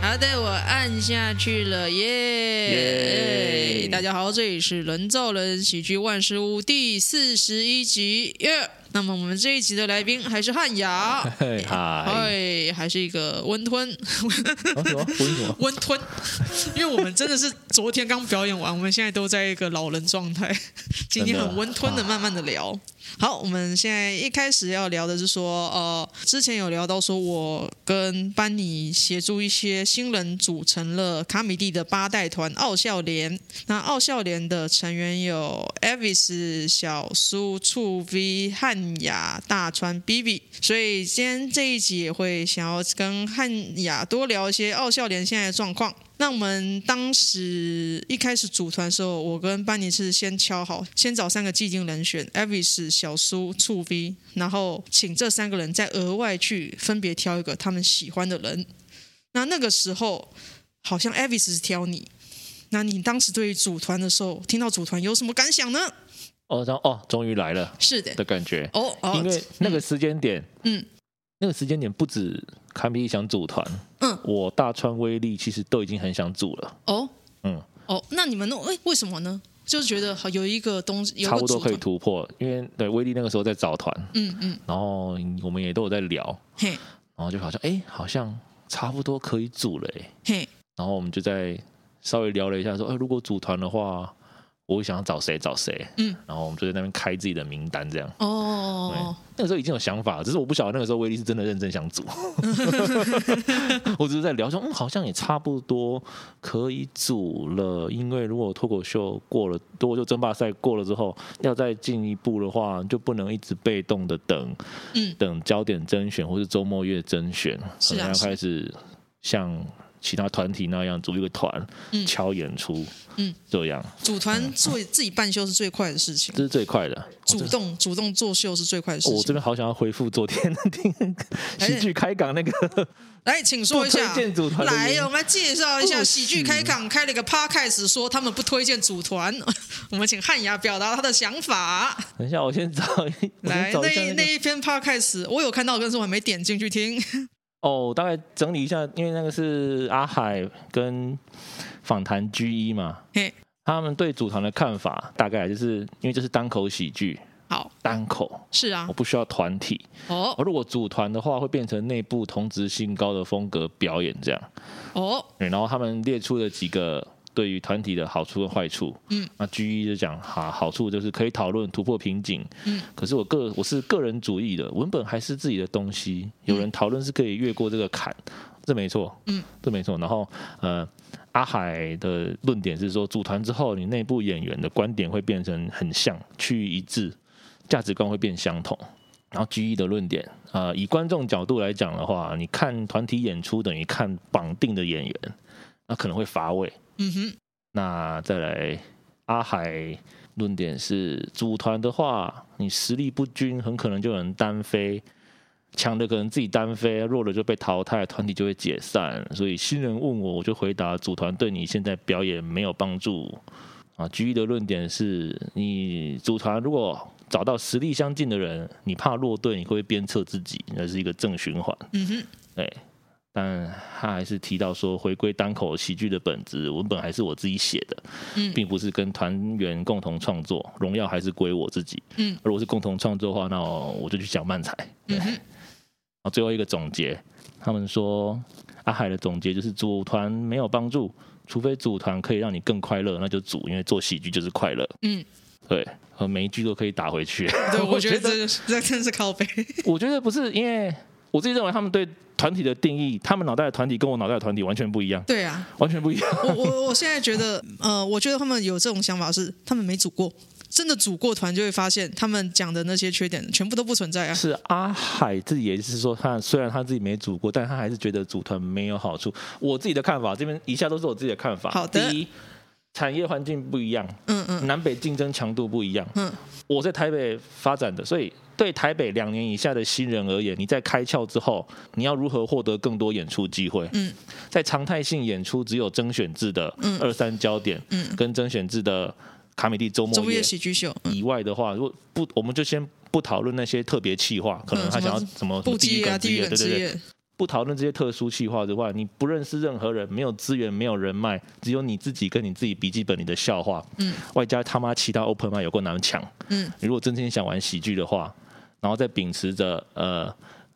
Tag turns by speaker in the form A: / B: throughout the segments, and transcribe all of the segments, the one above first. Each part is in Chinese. A: 好的，我按下去了，耶！
B: 耶
A: 大家好，这里是《人造人喜剧万事屋》第四十一集，耶、那么我们这一集的来宾还是汉雅，
B: 嘿嗨，
A: 哎，还是一个温 吞，
B: 哦什么温什么？
A: 温吞，因为我们真的是昨天刚表演完，我们现在都在一个老人状 态，今天很温吞的慢慢的聊。
B: 啊
A: 好，我们现在一开始要聊的是说，呃，之前有聊到说我跟班尼协助一些新人组成了卡米蒂的八代团奥笑联，那奥笑联的成员有 Avis、小苏、醋 V、汉雅、大川、B B，所以今天这一集也会想要跟汉雅多聊一些奥笑联现在的状况。那我们当时一开始组团的时候，我跟班尼是先敲好，先找三个既定人选，Avis、小苏、醋 V，然后请这三个人再额外去分别挑一个他们喜欢的人。那那个时候好像 Avis 是挑你，那你当时对于组团的时候，听到组团有什么感想呢？
B: 哦，然后哦，终于来了
A: 是的，
B: 的感觉，
A: 哦哦，
B: 因为那个时间点，
A: 嗯，
B: 那个时间点不止堪比想组团，
A: 嗯，
B: 我大川威力其实都已经很想组了，
A: 哦
B: 嗯，
A: 哦，那你们弄哎为什么呢？就是觉得好有一个东西，有
B: 差
A: 一
B: 不
A: 个
B: 多
A: 组
B: 可
A: 团
B: 以，突破，因为对威力那个时候在找团，
A: 嗯嗯，
B: 然后我们也都有在聊，
A: 嘿
B: 然后就好像哎，好像差不多可以组了哎，
A: 嘿，
B: 然后我们就在稍微聊了一下，说，哎，如果组团的话，我想找谁找谁，
A: 嗯，
B: 然后我们就在那边开自己的名单，这样。
A: 哦，
B: 对，那个时候已经有想法，只是我不晓得那个时候威力是真的认真想 组，我只是在聊说，嗯，好像也差不多可以组了，因为如果脱口秀过了，脱口秀争霸赛过了之后，要再进一步的话，就不能一直被动的等，
A: 嗯
B: 等焦点甄选或是周末月甄选，
A: 是
B: 可能
A: 啊
B: 要
A: 是
B: 开始像。其他团体那样组一个团，
A: 嗯
B: 敲演出，
A: 嗯，
B: 这样
A: 组团做自己办秀是最快的事情，
B: 这是最快的。
A: 主动主动做秀是最快的事
B: 嗯哦我这
A: 情。
B: 边好想要回复昨天的听 喜剧开港那个
A: 来，请说一下
B: 不推荐组，团的原
A: 来，
B: 因
A: 我们来介绍一下
B: 不
A: 喜剧
B: 行
A: 开港开了一个 podcast，说他们不推荐组团， 我们请汉雅表达他的想法。
B: 等一下，我先找一，我
A: 来
B: 先，找一下
A: 那一
B: 个
A: 那一篇 podcast 我有看到，但是我还没点进去听。
B: 哦，大概整理一下，因为那个是阿海跟访谈 G 一嘛，
A: 嘿，
B: 他们对组团的看法，大概就是因为这是单口喜剧，
A: 好，
B: 单口，
A: 是啊
B: 我，不需要团体。
A: 哦
B: 而如果组团的话，会变成内部同质性高的风格表演这样。
A: 哦，
B: 对，然后他们列出了几个对于团体的好处和坏处。
A: 嗯，
B: 那 G 一就讲哈、好处就是可以讨论突破瓶颈。
A: 嗯，
B: 可是我个我是个人主义的，文本还是自己的东西，有人讨论是可以越过这个坎，这没错。
A: 嗯，
B: 这没错。然后呃。阿海的论点是说，组团之后，你内部演员的观点会变成很像，趋于一致，价值观会变相同。然后 G 一的论点，呃，以观众角度来讲的话，你看团体演出等于看绑定的演员，那可能会乏味。
A: 嗯哼，
B: 那再来，阿海论点是，组团的话，你实力不均，很可能就有人单飞，强的可能自己单飞，弱的就被淘汰，团体就会解散。所以新人问我，我就回答，组团对你现在表演没有帮助。啊，G 一的论点是你组团如果找到实力相近的人，你怕弱队，你会鞭策自己，那是一个正循环。
A: 嗯哼，
B: 对，但他还是提到说，回归单口喜剧的本质，文本还是我自己写的，
A: 嗯
B: 并不是跟团员共同创作，荣耀还是归我自己，
A: 嗯，
B: 如果是共同创作的话，那我我就去讲漫才，对，
A: 嗯哼
B: 然后最后一个总结，他们说阿海的总结就是组团没有帮助，除非组团可以让你更快乐，那就组，因为做喜剧就是快乐，
A: 嗯，
B: 对，呃，每一句都可以打回去，
A: 对，我觉得
B: 觉
A: 这
B: 得
A: 这真是 靠背。
B: 我觉得不是，因为我自己认为他们对团体的定义，他们脑袋的团体跟我脑袋的团体完全不一样，
A: 对啊，
B: 完全不一样。
A: 我我我现在觉得，呃，我觉得他们有这种想法是，他们没组过，真的组过团就会发现，他们讲的那些缺点全部都不存在啊。
B: 是阿海自己也是说他，虽然他自己没组过，但他还是觉得组团没有好处。我自己的看法，这边以下都是我自己的看法。
A: 好的
B: 第一，产业环境不一样，
A: 嗯嗯
B: 南北竞争强度不一样。
A: 嗯，
B: 我在台北发展的，所以对台北两年以下的新人而言，你在开窍之后，你要如何获得更多演出机会？
A: 嗯，
B: 在常态性演出只有甄选制的
A: 嗯
B: 二三焦点，
A: 嗯
B: 跟甄选制的卡米蒂周末
A: 中
B: 夜
A: 夜喜剧秀，嗯
B: 以外的话，如果不，我们就先不讨论那些特别企划，可能他想要
A: 嗯
B: 哦什么
A: 不
B: 地狱
A: 羁啊，
B: 梗之
A: 地狱
B: 夜，
A: 梗
B: 对对
A: 之
B: 对，
A: 夜，
B: 不讨论这些特殊企划之外，你不认识任何人，没有资源，没有人脉，只有你自己跟你自己笔记本里的笑话，
A: 嗯，
B: 外加他妈其他 open mic 有够难抢，
A: 嗯，
B: 你如果真心想玩喜剧的话，然后再秉持着呃。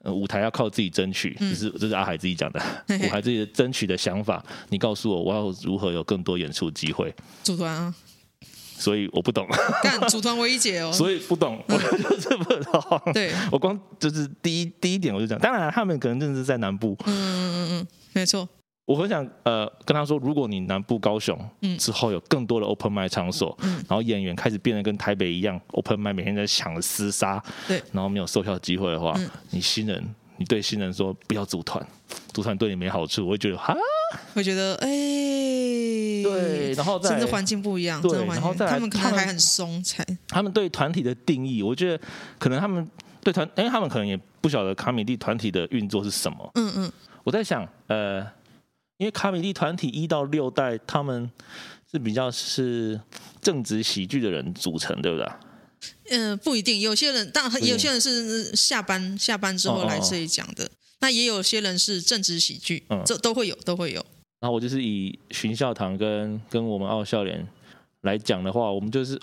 B: 呃舞台要靠自己争取，这是这是阿海自己讲的，
A: 嗯 嘿嘿
B: 舞台自己争取的想法。你告诉我，我要如何有更多演出机会？
A: 组团 啊，
B: 所以我不懂，
A: 干组团唯一解哦。
B: 所以不懂，我就是不懂。
A: 对，嗯
B: 我光就是第一第一点我就讲，当然他们可能真的是在南部，
A: 嗯嗯嗯嗯，没错，
B: 我很想呃跟他说，如果你南部高雄
A: 嗯
B: 之后有更多的 open mic 场所，
A: 嗯
B: 然后演员开始变得跟台北一样，open mic 每天在抢厮杀，
A: 对，
B: 然后没有售票机会的话，
A: 嗯
B: 你新人，你对新人说不要组团，组团对你没好处，我会觉得哈，
A: 会觉得哎，
B: 对，然后再
A: 真的
B: 来
A: 环境不一样，
B: 哦对
A: 真的环
B: 然后
A: 境，
B: 再来
A: 他们可
B: 他
A: 能
B: 们
A: 还很松才，
B: 他们对团体的定义，我觉得可能他们对团，因为他们可能也不晓得卡米蒂团体的运作是什么，
A: 嗯嗯，
B: 我在想，呃，因为卡米蒂团体一到六代，他们是比较是正直喜剧的人组成，对不对？
A: 呃，不一定，有些人，当
B: 一
A: 然
B: 定哦
A: 有些人是下班下班之后来这里讲的，那也有些人是正职喜剧
B: 嗯，
A: 这都会有，都会有。
B: 然后我就是以巡校堂跟跟我们奥校联来讲的话，我们就是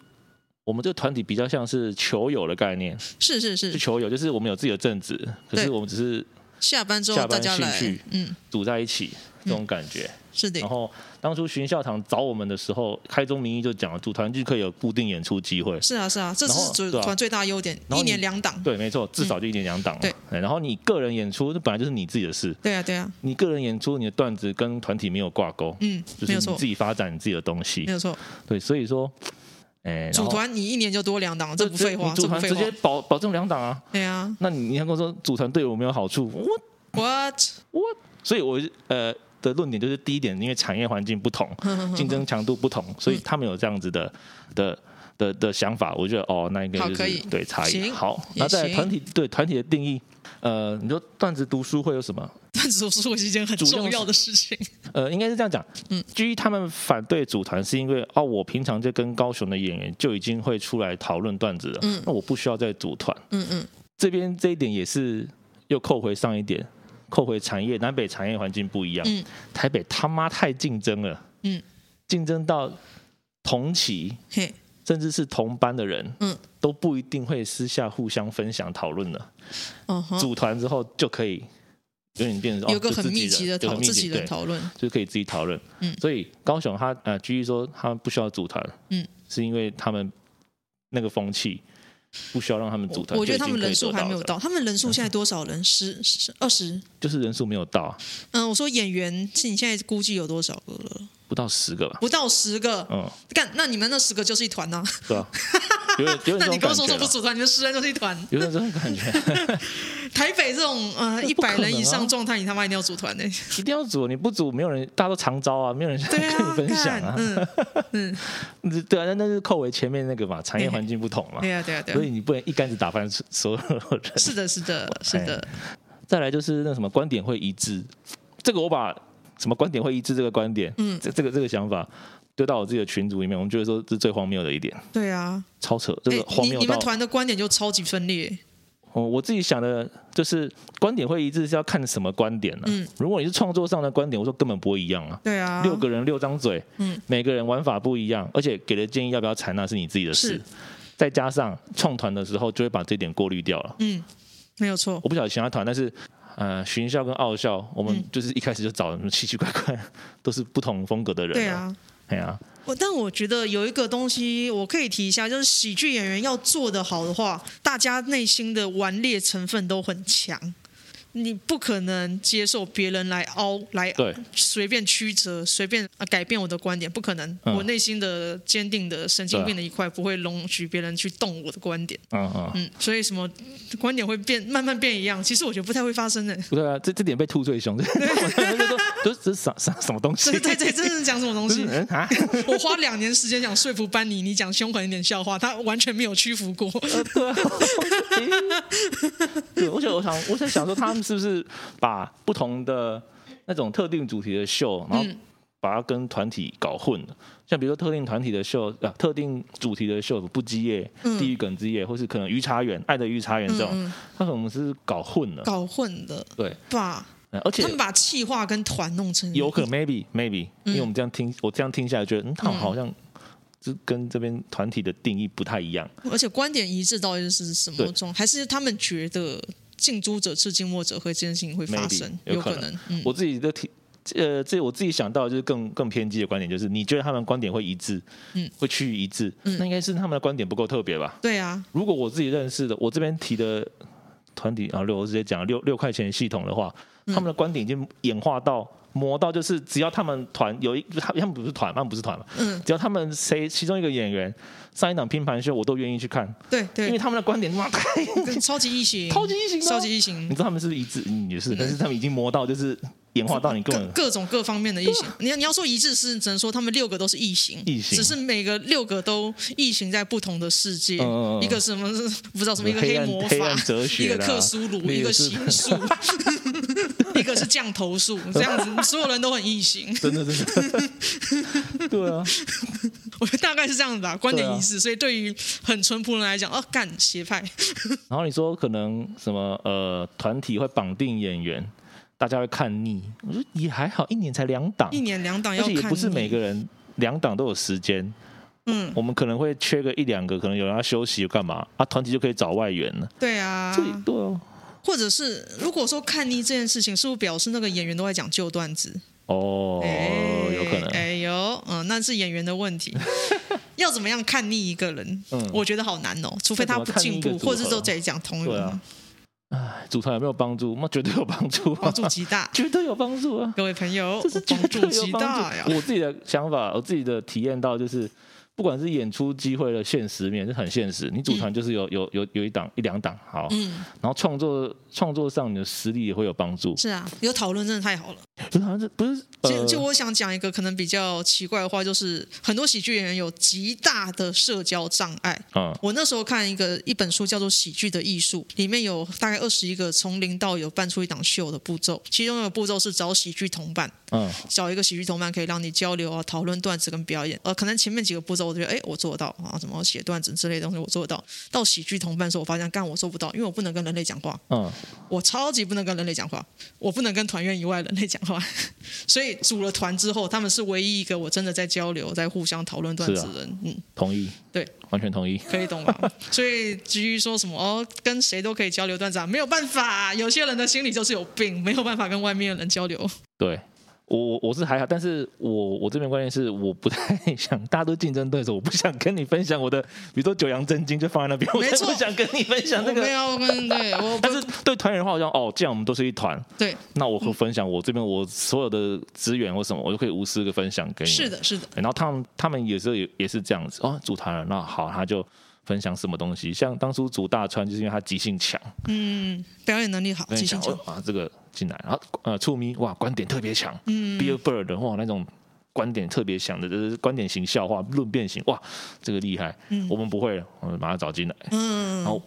B: 我们这个团体比较像是球友的概念，
A: 是是
B: 是
A: 是，
B: 球友，就是我们有自己的正直，可是
A: 对
B: 我们只是
A: 下班之
B: 下
A: 后大
B: 班
A: 家来
B: 兴趣，
A: 嗯，
B: 组在一起这种感觉。
A: 是的
B: 然，后当初巡校堂找我们的时候，开宗明义就讲了，组团剧可以有固定演出机会。
A: 是啊是啊，这
B: 然
A: 是
B: 后
A: 组
B: 对啊
A: 团最大优点，
B: 然后
A: 一
B: 你
A: 年两档。
B: 对，没错，至少就一年两档嘛、
A: 嗯对
B: 哎然后你个人演出，这本来就是你自己的事。
A: 对啊对啊，
B: 你个人演出，你的段子跟团体没有挂钩，
A: 嗯，
B: 就
A: 没
B: 是
A: 有
B: 你
A: 错
B: 自，己发展你自己的东西
A: 没。有错。
B: 对，所以说，哎、然后
A: 组团你一年就多两档，这不废话，
B: 你
A: 这
B: 组
A: 不
B: 团
A: 废
B: 直
A: 话
B: 接。保保证两档啊。
A: 对啊
B: 那你你还跟我说组团对我没有好处，我
A: ，what？
B: 所以我呃的论点就是第一点，因为产业环境 不同，竞争强度不同，所以他们有这样子的的的的想法，我觉得哦，那应该
A: 好
B: 就
A: 可
B: 是
A: 以
B: 对差异。
A: 行
B: 好，
A: 也
B: 那在
A: 行
B: 团体对团体的定义，呃，你说段子读书会有什么？
A: 但只是说是一件很
B: 主要
A: 重
B: 是
A: 要的事情。
B: 呃，应该是这样讲。
A: 嗯
B: 居他们反对组团是因为哦，我平常就跟高雄的演员就已经会出来讨论段子了，
A: 嗯
B: 那我不需要再组团。
A: 嗯嗯，
B: 这边这一点也是又扣回上一点，扣回产业南北产业环境不一样。
A: 嗯
B: 台北他妈太竞争了，
A: 嗯，
B: 竞争到同期
A: 嘿，
B: 甚至是同班的人，
A: 嗯，
B: 都不一定会私下互相分享讨论了。
A: 哦哈，
B: 组团之后就可以有点变成哦
A: 有个
B: 就
A: 很
B: 自己
A: 密集的
B: 人有
A: 讨
B: 很密
A: 自己
B: 对
A: 人讨论。
B: 就可以自己讨论。
A: 嗯
B: 所以高雄他呃，居一说他不需要组团，
A: 嗯，
B: 是因为他们那个风气不需要让他们组团。
A: 我觉得
B: 就
A: 他
B: 已经
A: 们
B: 可以
A: 人数
B: 得
A: 还没有
B: 了，
A: 到，他们人数现在多少人？十、十、二十？
B: 就是人数没有到啊，
A: 嗯，我说演员，是你现在估计有多少个了？
B: 不到十个吧。
A: 不到十个。
B: 嗯，
A: 干，那你们那十个就是一团呐、
B: 对啊，有点有点
A: 那你
B: 这
A: 跟我
B: 种
A: 说说
B: 感觉
A: 不
B: 啊。
A: 组团，你们十人就是一 团。
B: 有点这种感觉，
A: 台北这种呃一
B: 不可
A: 百
B: 能啊
A: 人以上状态，你他妈一定要组 团呢、
B: 一定要组，你不组没有人，大家都常招啊，没有人想
A: 对
B: 跟
A: 啊
B: 你，分享
A: 干，
B: 啊。
A: 嗯嗯，
B: 对啊，那那是扣为前面那个嘛，产业环境不同嘛，
A: 对啊对啊对
B: 所
A: 啊，
B: 以你不能一竿子打翻所有人。
A: 是的是的是的，
B: 再来就是那什么观点会一致，这个我把什么观点会一致这个观点，
A: 嗯
B: 这这个这个想法丢到我自己的群组里面，我们觉得说这是最荒谬的一点，
A: 对啊。
B: 超扯，哎这
A: 哎、
B: 个荒
A: 你
B: 谬
A: 你
B: 到
A: 们、团的观点就超级分裂，
B: 哦我自己想的就是观点会一致是要看什么观点呢、
A: 嗯
B: 如果你是创作上的观点，我说根本不会一样啊。
A: 对啊，
B: 六个人六张嘴，
A: 嗯
B: 每个人玩法不一样，而且给的建议要不要采纳是你自己的事
A: 是。
B: 再加上创团的时候就会把这点过滤掉了。
A: 嗯，没有错，
B: 我不晓得其他团，但是呃，巡校跟奥校，我们
A: 嗯
B: 就是一开始就找奇奇怪怪，都是不同风格的人、
A: 对，啊。
B: 哎呀、
A: 我但我觉得有一个东西我可以提一下，就是喜剧演员要做得好的话，大家内心的顽劣成分都很强，你不可能接受别人来凹来
B: 对，
A: 随便曲折，随便呃改变我的观点，不可能。
B: 嗯啊
A: 我内心的坚定的神经病的一块不会容许别人去动我的观点。
B: 嗯嗯，
A: 嗯，所以什么观点会变，慢慢变一样，其实我觉得不太会发生的。
B: 对啊，这这 点被吐最凶，这就说这这啥啥什么东西？
A: 对对对，这是讲什么东
B: 不是
A: 西？
B: 人啊，
A: 我花两年时间想说服班尼，你讲凶狠一点笑话，他完全没有屈服过。
B: 对，而且我想我在想说，他们是不是把不同的那种特定主题的秀，然后
A: 嗯
B: 把它跟团体搞混了？像比如说特定团体的秀，啊，特定主题的秀，不羁夜、
A: 嗯
B: 地狱梗之夜，或是可能鱼茶园、爱的鱼茶园这种，
A: 嗯嗯
B: 他可能是搞混了。
A: 搞混的
B: 对，
A: 吧？
B: 呃而且
A: 他们把气化跟团弄成
B: 有可能 maybe maybe，、因为我们这样听，我这样听下来觉得，嗯，他们
A: 嗯
B: 好像这跟这边团体的定义不太一样。
A: 而且观点一致到底是什么
B: 对
A: 状？还是他们觉得近朱者赤，近墨者黑，这件事情会发
B: Maybe，
A: 生？
B: 有
A: 可
B: 可能
A: 嗯，
B: 我自己的体，呃，这我自己想到的就是更更偏激的观点，就是你觉得他们观点会一致，
A: 嗯，
B: 会趋于一致，
A: 嗯
B: 那应该是他们的观点不够特别吧？
A: 对啊，
B: 如果我自己认识的，我这边提的团体啊，六我直接讲六六块钱系统的话，
A: 嗯
B: 他们的观点已经演化到磨到，就是只要他们团有一，他他们不是团，他们不是团嘛，
A: 嗯，
B: 只要他们谁其中一个演员上一档拼盘秀，我都愿意去看，
A: 对
B: 因为
A: 对，
B: 他们的观点哇，太
A: 超级异形，
B: 超级异形的啊
A: 超级异
B: 你
A: 形，
B: 知道他们是不是一致，嗯，也是，但是他们已经磨到就是演化到你根
A: 各
B: 本
A: 各种各方面的异形。你要你要说一致是，只能说他们六个都是异形，
B: 啊异形
A: 只是每个六个都异形在不同的世界
B: 嗯嗯，嗯
A: 一个什么不知道什么，一个
B: 黑暗
A: 魔
B: 黑
A: 法
B: 暗哲，学
A: 一个
B: 啦
A: 克苏鲁，
B: 另
A: 一
B: 一
A: 个
B: 个是
A: 刑术，一个是降头术，这样子所有人都很异形。
B: 真的真 的，对啊，
A: 我觉得大概是这样子吧，观点
B: 对啊
A: 一致，所以对于很淳朴人来讲，哦，干邪派，
B: 然后你说可能什么呃团体会绑定演员，大家会看腻，我说也还好，一年才两档，
A: 一年两档
B: 而
A: 要
B: 且
A: 看，
B: 也不是每个，人两档都有时间，
A: 嗯，
B: 我们可能会缺个一两个，可能有人要休息干嘛啊，团体就可以找外援了。
A: 对啊
B: 这，对哦，
A: 或者是如果说看腻这件事情，是不是表示那个演员都在讲旧段子？
B: 哦，有可能，
A: 哎呦，嗯，那是演员的问 题。要怎么样看腻一个人？
B: 嗯
A: 我觉得好难哦，除非他不进
B: 要
A: 步，
B: 怎么看腻一个组合
A: 或者是都在讲同一
B: 对
A: 个
B: 啊，哎，组团有没有帮助？那绝对有帮助、。
A: 帮助极大
B: 绝对有帮助啊！
A: 各位朋友
B: 这是，绝
A: 哦帮
B: 对
A: 助
B: 有
A: 极
B: 帮
A: 大呀
B: 助。！我自己的想法，我自己的体验到就是，不管是演出机会的现实面，是很现实。你组团就是有、有有有一档一两档好，
A: 嗯，
B: 然后创作创作上你的实力也会有帮助。
A: 是啊，有讨论真的太好了。
B: 就好像是不是？
A: 就
B: 呃，
A: 就我想讲一个可能比较奇怪的话，就是很多喜剧演员有极大的社交障碍。
B: 嗯
A: 我那时候看一个一本书叫做《喜剧的艺术》，里面有大概二十一个从零到有办出一档秀的步骤，其中有步骤是找喜剧同伴，
B: 嗯，
A: 找一个喜剧同伴可以让你交流啊、讨论段子跟表演。呃，可能前面几个步骤我觉得，哎，我做得到啊，什么写段子之类的东西我做得到。到喜剧同伴的时候，我发现干我做不到，因为我不能跟人类讲话。
B: 嗯，
A: 我超级不能跟人类讲话，我不能跟团员以外的人类讲话，所以组了团之后，他们是唯一一个我真的在交流、在互相讨论段子的
B: 啊
A: 人。嗯，
B: 同意，
A: 对，
B: 完全同意。
A: 可以懂 吧？所以至于说什么哦，跟谁都可以交流段子、啊，没有办法，有些人的心理就是有病，没有办法跟外面的人交流。
B: 对我我我是还好，但是我我这边观念是我不太 想，大家都竞争对手，我不想跟你分享我的，比如说九阳真经就放在那边，我
A: 没
B: 才
A: 错
B: 不想跟你分享这
A: 我没
B: 个。
A: 有跟对，我不
B: 但是对团员的话，好像哦，既然我们都是一团，
A: 对，
B: 那我
A: 嗯
B: 会分享我这边我所有的资源或什么，我就可以无私的分享给你。
A: 是的，是的，
B: 对。然后他们他们也是也也是这样子哦，组团了，那好，他就分享什么东西。像当初组大川，就是因为他即兴强，
A: 嗯，表演能力好，
B: 跟你
A: 即
B: 讲
A: 兴
B: 哦
A: 球，
B: 啊，这个进来，然后呃，触咪哇，观点特别强，嗯，Billboard 的哇那种观点特别强的，就是观点型笑话、论辩型，哇，这个厉害，
A: 嗯
B: 我们不会了，我们把他找进来。
A: 嗯，
B: 好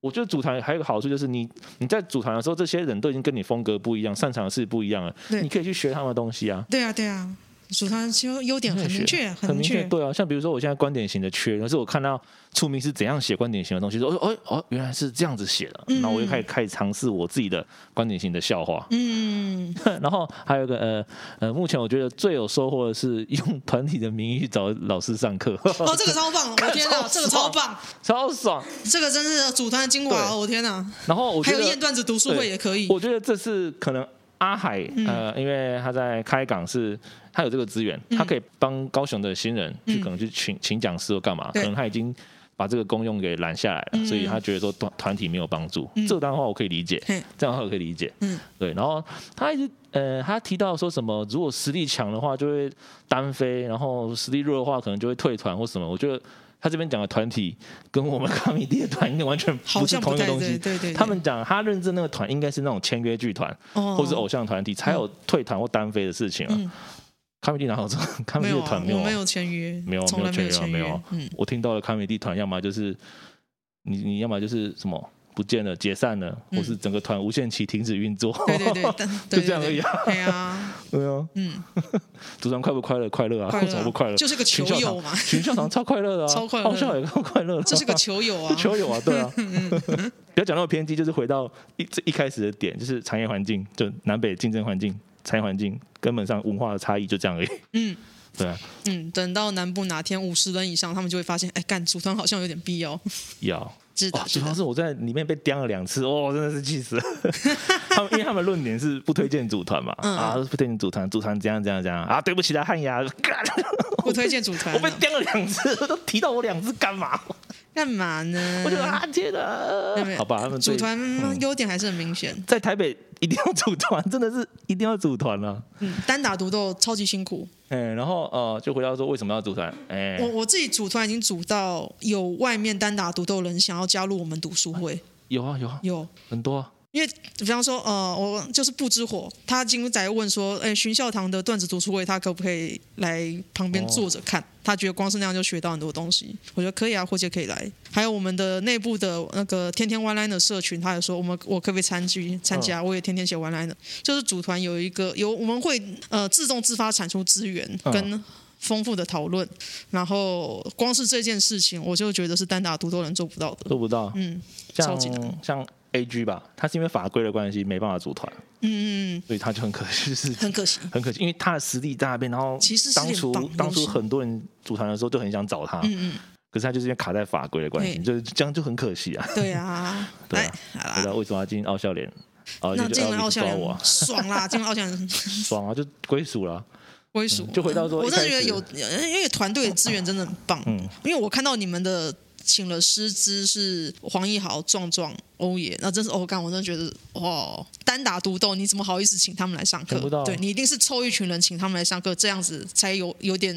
B: 我觉得组团还有一个好处就是你，你在组团的时候，这些人都已经跟你风格不一样，擅长的事不一样了，
A: 对
B: 你可以去学他们的东西啊。
A: 对啊，对啊，组团其实优点
B: 你
A: 很
B: 可以
A: 明确，
B: 很
A: 明确，
B: 对啊。像比如说，我现在观点型的缺，可是我看到出名是怎样写观点型的东西，说哦哦哦，原来是这样子写的，
A: 嗯
B: 然后我就开始开始尝试我自己的观点型的笑话。
A: 嗯，
B: 然后还有一个呃呃，目前我觉得最有收获的是用团体的名义去找老师上课，
A: 哦，这个超棒，我天哪，
B: 超
A: 这个超
B: 爽
A: 棒。
B: 超爽。
A: 这个真是组团的精华哦！我天哪，
B: 然后我
A: 还
B: 觉
A: 有
B: 得
A: 验段子读书会也可以。嗯
B: 我觉得这是可能阿海呃，因为他在开港是他有这个资源，他可以帮高雄的新人去
A: 嗯
B: 可能去请请讲师或干嘛，
A: 对嗯
B: 可能他已经。把这个功用给揽下来了，所以他觉得说团团体没有帮助，这段话我可以理解
A: 嘿，
B: 这样的话我可以理解，
A: 嗯，
B: 对。然后他一直呃，他提到说什么，如果实力强的话就会单飞，然后实力弱的话可能就会退团或什么。我觉得他这边讲的团体跟我们卡米蒂的团应该完全
A: 好
B: 不是
A: 像不
B: 同一个
A: 太
B: 东
A: 对，
B: 西，
A: 对对，
B: 他们讲他认证那个团应该是那种签约剧团
A: 哦
B: 或是偶像团体才有退团或单飞的事情啊
A: 嗯。
B: 卡米蒂哪有这种？卡米
A: 没
B: 蒂
A: 有
B: 的
A: 啊
B: 团没有
A: 我没
B: 啊。
A: 有签约，
B: 没有啊
A: 从来
B: 没
A: 有
B: 有
A: 签
B: 签约啊没有啊
A: 嗯，
B: 我听到了卡米蒂团，要么就是你你要么就是什么不见了、解散了，
A: 嗯
B: 或是整个团无限期停止运作。
A: 对对对，但
B: 就
A: 对
B: 这样而已啊
A: 对对对啊，
B: 对啊，
A: 嗯，
B: 组长快不快乐？快乐啊，
A: 快
B: 为什么
A: 乐
B: 不快乐？
A: 就是个球
B: 群校
A: 友
B: 长，
A: 嘛，
B: 群校长超快乐的啊，
A: 超快乐
B: 奥校也超快乐的啊，，
A: 这是个球友啊嗯
B: 球友啊， 对啊。不要讲那么偏激，就是回到一这一开始的点，就是产业环境，就南北竞争环境、产业环境根本上文化的差异就这样而已。
A: 嗯，
B: 对啊，
A: 嗯，等到南部哪天五十人以上，他们就会发现，哎，干组团好像有点必要，
B: 要
A: 知
B: 哦
A: 道，
B: 主
A: 知
B: 要
A: 道，
B: 是我在里面被刁了两次，哦，真的是气死了。他们因为他们论点是不推荐组团嘛，
A: 嗯
B: 啊，不推荐组团，组团怎样怎样怎样啊，对不起啦，汉雅，干
A: 不推荐组团
B: 我被
A: 啊，
B: 刁了两次，都提到我两次干嘛？
A: 干嘛呢
B: 我？就啊，呃天哪
A: 那没，有
B: 好吧，他们
A: 嗯组
B: 对嗯
A: 团优点还是很明显，
B: 在台北一定要组团，真的是一定要组团啊了、
A: 嗯，单打独斗超级辛苦。
B: 哎、然后呃，就回到说为什么要组团？哎、
A: 我我自己组团已经组到有外面单打独斗人想要加入我们读书会，
B: 有啊有啊，
A: 有。
B: 很多、啊。
A: 因为比方说，呃，我就是不知火，他今仔问说，哎，巡校堂的段子读书会，他可不可以来旁边坐着看？他觉得光是那样就学到很多东西。我觉得可以啊，或者可以来。还有我们的内部的那个天天 one line 的社群，他也说我们我可不可以参与参加？
B: 嗯
A: 我也天天写 one line 的，就是组团有一个有我们会呃自动自发产出资源
B: 嗯
A: 跟。丰富的讨论，然后光是这件事情，我就觉得是单打独斗人做不到的。
B: 做不到，
A: 嗯超
B: 像
A: 级难
B: 像 A G 吧，他是因为法规的关系没办法组团，
A: 嗯嗯，
B: 所以他就很可惜，就是
A: 很可惜。
B: 很可惜，因为他的实力在那边。然后
A: 其实是
B: 当
A: 有点
B: 初
A: 绑东西
B: 当初很多人组团的时候就很想找他，
A: 嗯嗯，
B: 可是他就是因为卡在法规的关系，
A: 对
B: 就是这样就很可惜啊。
A: 对啊，
B: 对
A: 来
B: 啊，
A: 好
B: 不知
A: 啦，
B: 道为什么要进奥校联，啊，
A: 那
B: 就
A: 进了奥校
B: 抓我
A: 联
B: 啊，
A: 爽啦，进了奥校联
B: 爽啊，就归属了啊。
A: 归属。
B: 就回到说
A: 我
B: 一
A: 真的
B: 开
A: 觉得
B: 始
A: 有，因为团队的资源真的很棒，
B: 嗯
A: 因为我看到你们的。请了师资是黄义豪、壮壮、欧爷，那真是哦欧干、我真的觉得哇，单打独斗，你怎么好意思请他们来上课
B: 想不到？啊
A: 对你一定是凑一群人请他们来上课，这样子才有有点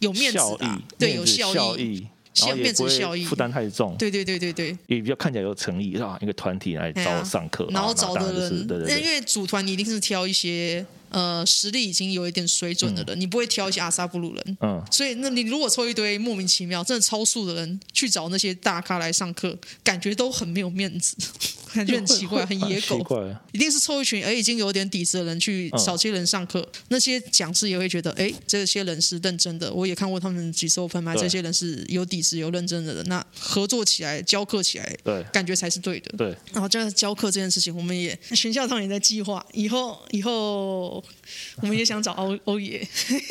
A: 有面子
B: 效
A: 啊
B: 益，，
A: 对，
B: 面
A: 有
B: 子
A: 效
B: 效益，然后
A: 效
B: 也
A: 面子
B: 不
A: 效
B: 会
A: 益
B: 负担太重，
A: 对对对对对。
B: 也比较看起来有诚意啊，一个团体来
A: 对
B: 找
A: 啊
B: 我上课，
A: 然后
B: 啊那
A: 找
B: 当然
A: 的
B: 就是
A: 人，
B: 对对
A: 因
B: 对，
A: 为组团你一定是挑一些呃实力已经有一点水准的人，你不会挑一些阿萨布鲁人。
B: 嗯，
A: 所以，那你如果抽一堆莫名其妙、真的超速的人去找那些大咖来上课，感觉都很没有面子， 感觉很奇 怪，很野
B: 嗯奇
A: 狗。
B: 怪啊，
A: 一定是抽一群哎已经有点底子的人去
B: 嗯
A: 找这些人上课，那些讲师也会觉得哎这些人是认真的。我也看过他们几次 open m
B: 对
A: 这些人是有底子、有认真的人，那合作起来、教课起来，
B: 对
A: 感觉才是对的。
B: 对，
A: 然后就是教课这件事情，我们也学校他们也在计划，以后以后我们也想找欧欧爷，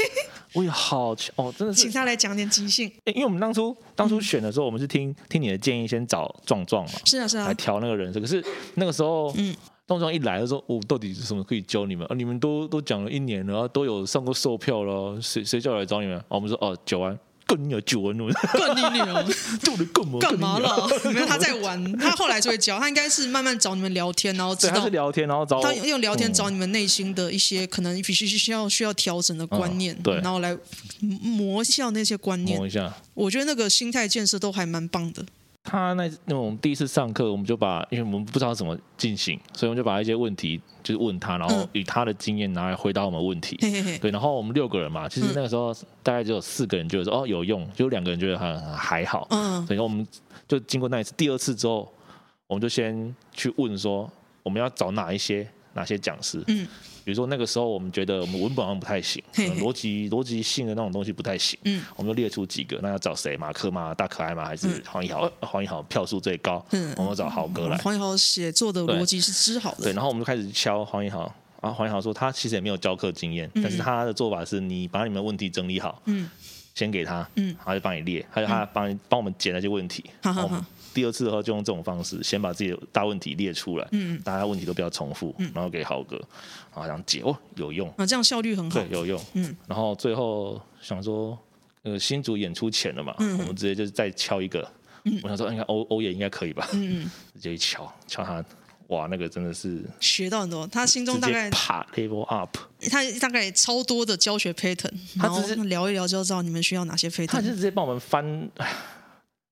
B: 我也好奇哦，真的是
A: 请，他来讲点即兴。
B: 诶因为我们当初当
A: 嗯
B: 初选的时候，我们是听听你的建议，先找壮壮嘛，
A: 是啊是啊
B: 来，调那个人设。可是那个时候，嗯，壮壮一来，他说：“我、到底是什么可以教你们？啊，你们都都讲了一年了，然后都有上过售票了，谁谁叫我来找你们？”啊，我们说：“哦，九安。”更你有九安， 我
A: 更你牛，
B: 做的更猛，
A: 干嘛
B: 更你
A: 了
B: 有？
A: 没有他在玩，他后来就会教，他应该是慢慢找你们聊天，然后知
B: 对，他
A: 道
B: 是聊嗯天，然后找我
A: 他用用聊天找你们内心的一些可能必须需要需要调整的观念，
B: 嗯对
A: 然后来磨笑那些观念
B: 摸。一下。
A: 我觉得那个心态建设都还蛮棒的。
B: 他那那种第一次上课，我们就把，因为我们不知道怎么进行，所以我们就把一些问题就是问他，然后
A: 嗯
B: 以他的经验拿来回答我们问题。
A: 嘿嘿嘿，
B: 对，然后我们六个人嘛，其实
A: 嗯
B: 那个时候大概只有四个人觉得说哦有用，就有两个人觉得很还好。
A: 嗯，
B: 所以我们就经过那一次，第二次之后，我们就先去问说我们要找哪一些哪些讲师。
A: 嗯，
B: 比如说那个时候我们觉得我们文本好像不太行，可
A: 嘿嘿
B: 能逻辑逻辑性的那种东西不太行。
A: 嗯，
B: 我们就列出几个，那要找谁？马克吗？大可爱吗？还是黄一豪？呃黄一豪票数最高，
A: 嗯
B: 我们找豪哥来。
A: 黄以豪写作的逻辑是织好
B: 对，
A: 的，
B: 然后我们就开始敲黄一豪。然后黄一豪说他其实也没有教课经验，但是他的做法是你把你们的问题整理好，
A: 嗯，
B: 先给他，
A: 嗯，
B: 他就帮你列，他就他帮你、帮我们解那些问题。
A: 好好
B: 然后我们
A: 好
B: 第二次的话就用这种方式，先把自己的大问题列出来，
A: 嗯，
B: 大家问题都不要重复，然后给豪哥，然后想解哦有用，
A: 啊，这样效率很好
B: 对，。有用。
A: 嗯，
B: 然后最后想说，呃，新竹演出前了嘛，
A: 嗯
B: 我们直接就是再敲一个。我想说，应该欧欧也应该可以吧？
A: 嗯嗯，
B: 直接一敲敲他，哇，那个真的是
A: 学到很多。他心中
B: 直
A: 大
B: 接
A: 概
B: 啪 level up。
A: 他大概超多的教学 pattern，
B: 他
A: 然后
B: 只是
A: 聊一聊就知道你们需要哪些
B: 他
A: pattern
B: 就。直接帮我们翻，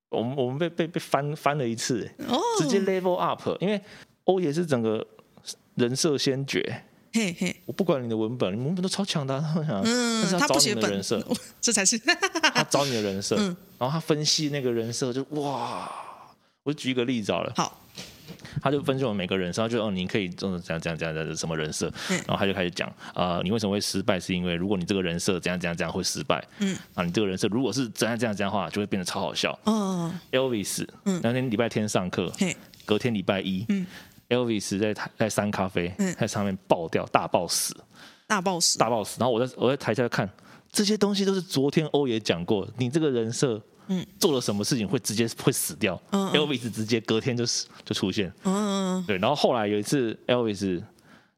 B: 我们我们被被被翻翻了一次，
A: 哦，
B: 直接 level up，因为欧也是整个人设先觉。
A: 嘿嘿，
B: 我不管你的文本，你文本都超强的、啊，
A: 嗯
B: 但是
A: 他不
B: 找你
A: 写
B: 的
A: 本
B: 人设，
A: 这才是
B: 他找你的人设，
A: 嗯
B: 然后他分析那个人设，就哇！我就举一个例子好了，
A: 好。
B: 他就分析我们每个人设，他就哦，你可以这种怎样怎样怎样怎样什么人设，
A: 嗯
B: 然后他就开始讲，啊，你为什么会失败？是因为如果你这个人设怎样怎样怎样会失败，
A: 嗯，
B: 啊，你这个人设如果是怎样怎样怎样的话，就会变得超好笑。
A: 哦，
B: Elvis，
A: 嗯
B: 那天礼拜天上课，
A: 嘿，
B: 隔天礼拜一，
A: 嗯
B: Elvis 在台在三咖啡
A: 嗯，
B: 在上面爆掉，大爆死，
A: 大 boss，
B: 大爆死。然后我在我在台下看，这些东西都是昨天欧也讲过，你这个人设，
A: 嗯，
B: 做了什么事情会直接会死掉。
A: 嗯嗯
B: Elvis 直接隔天就死就出现。
A: 嗯
B: 对，然后后来有一次 Elvis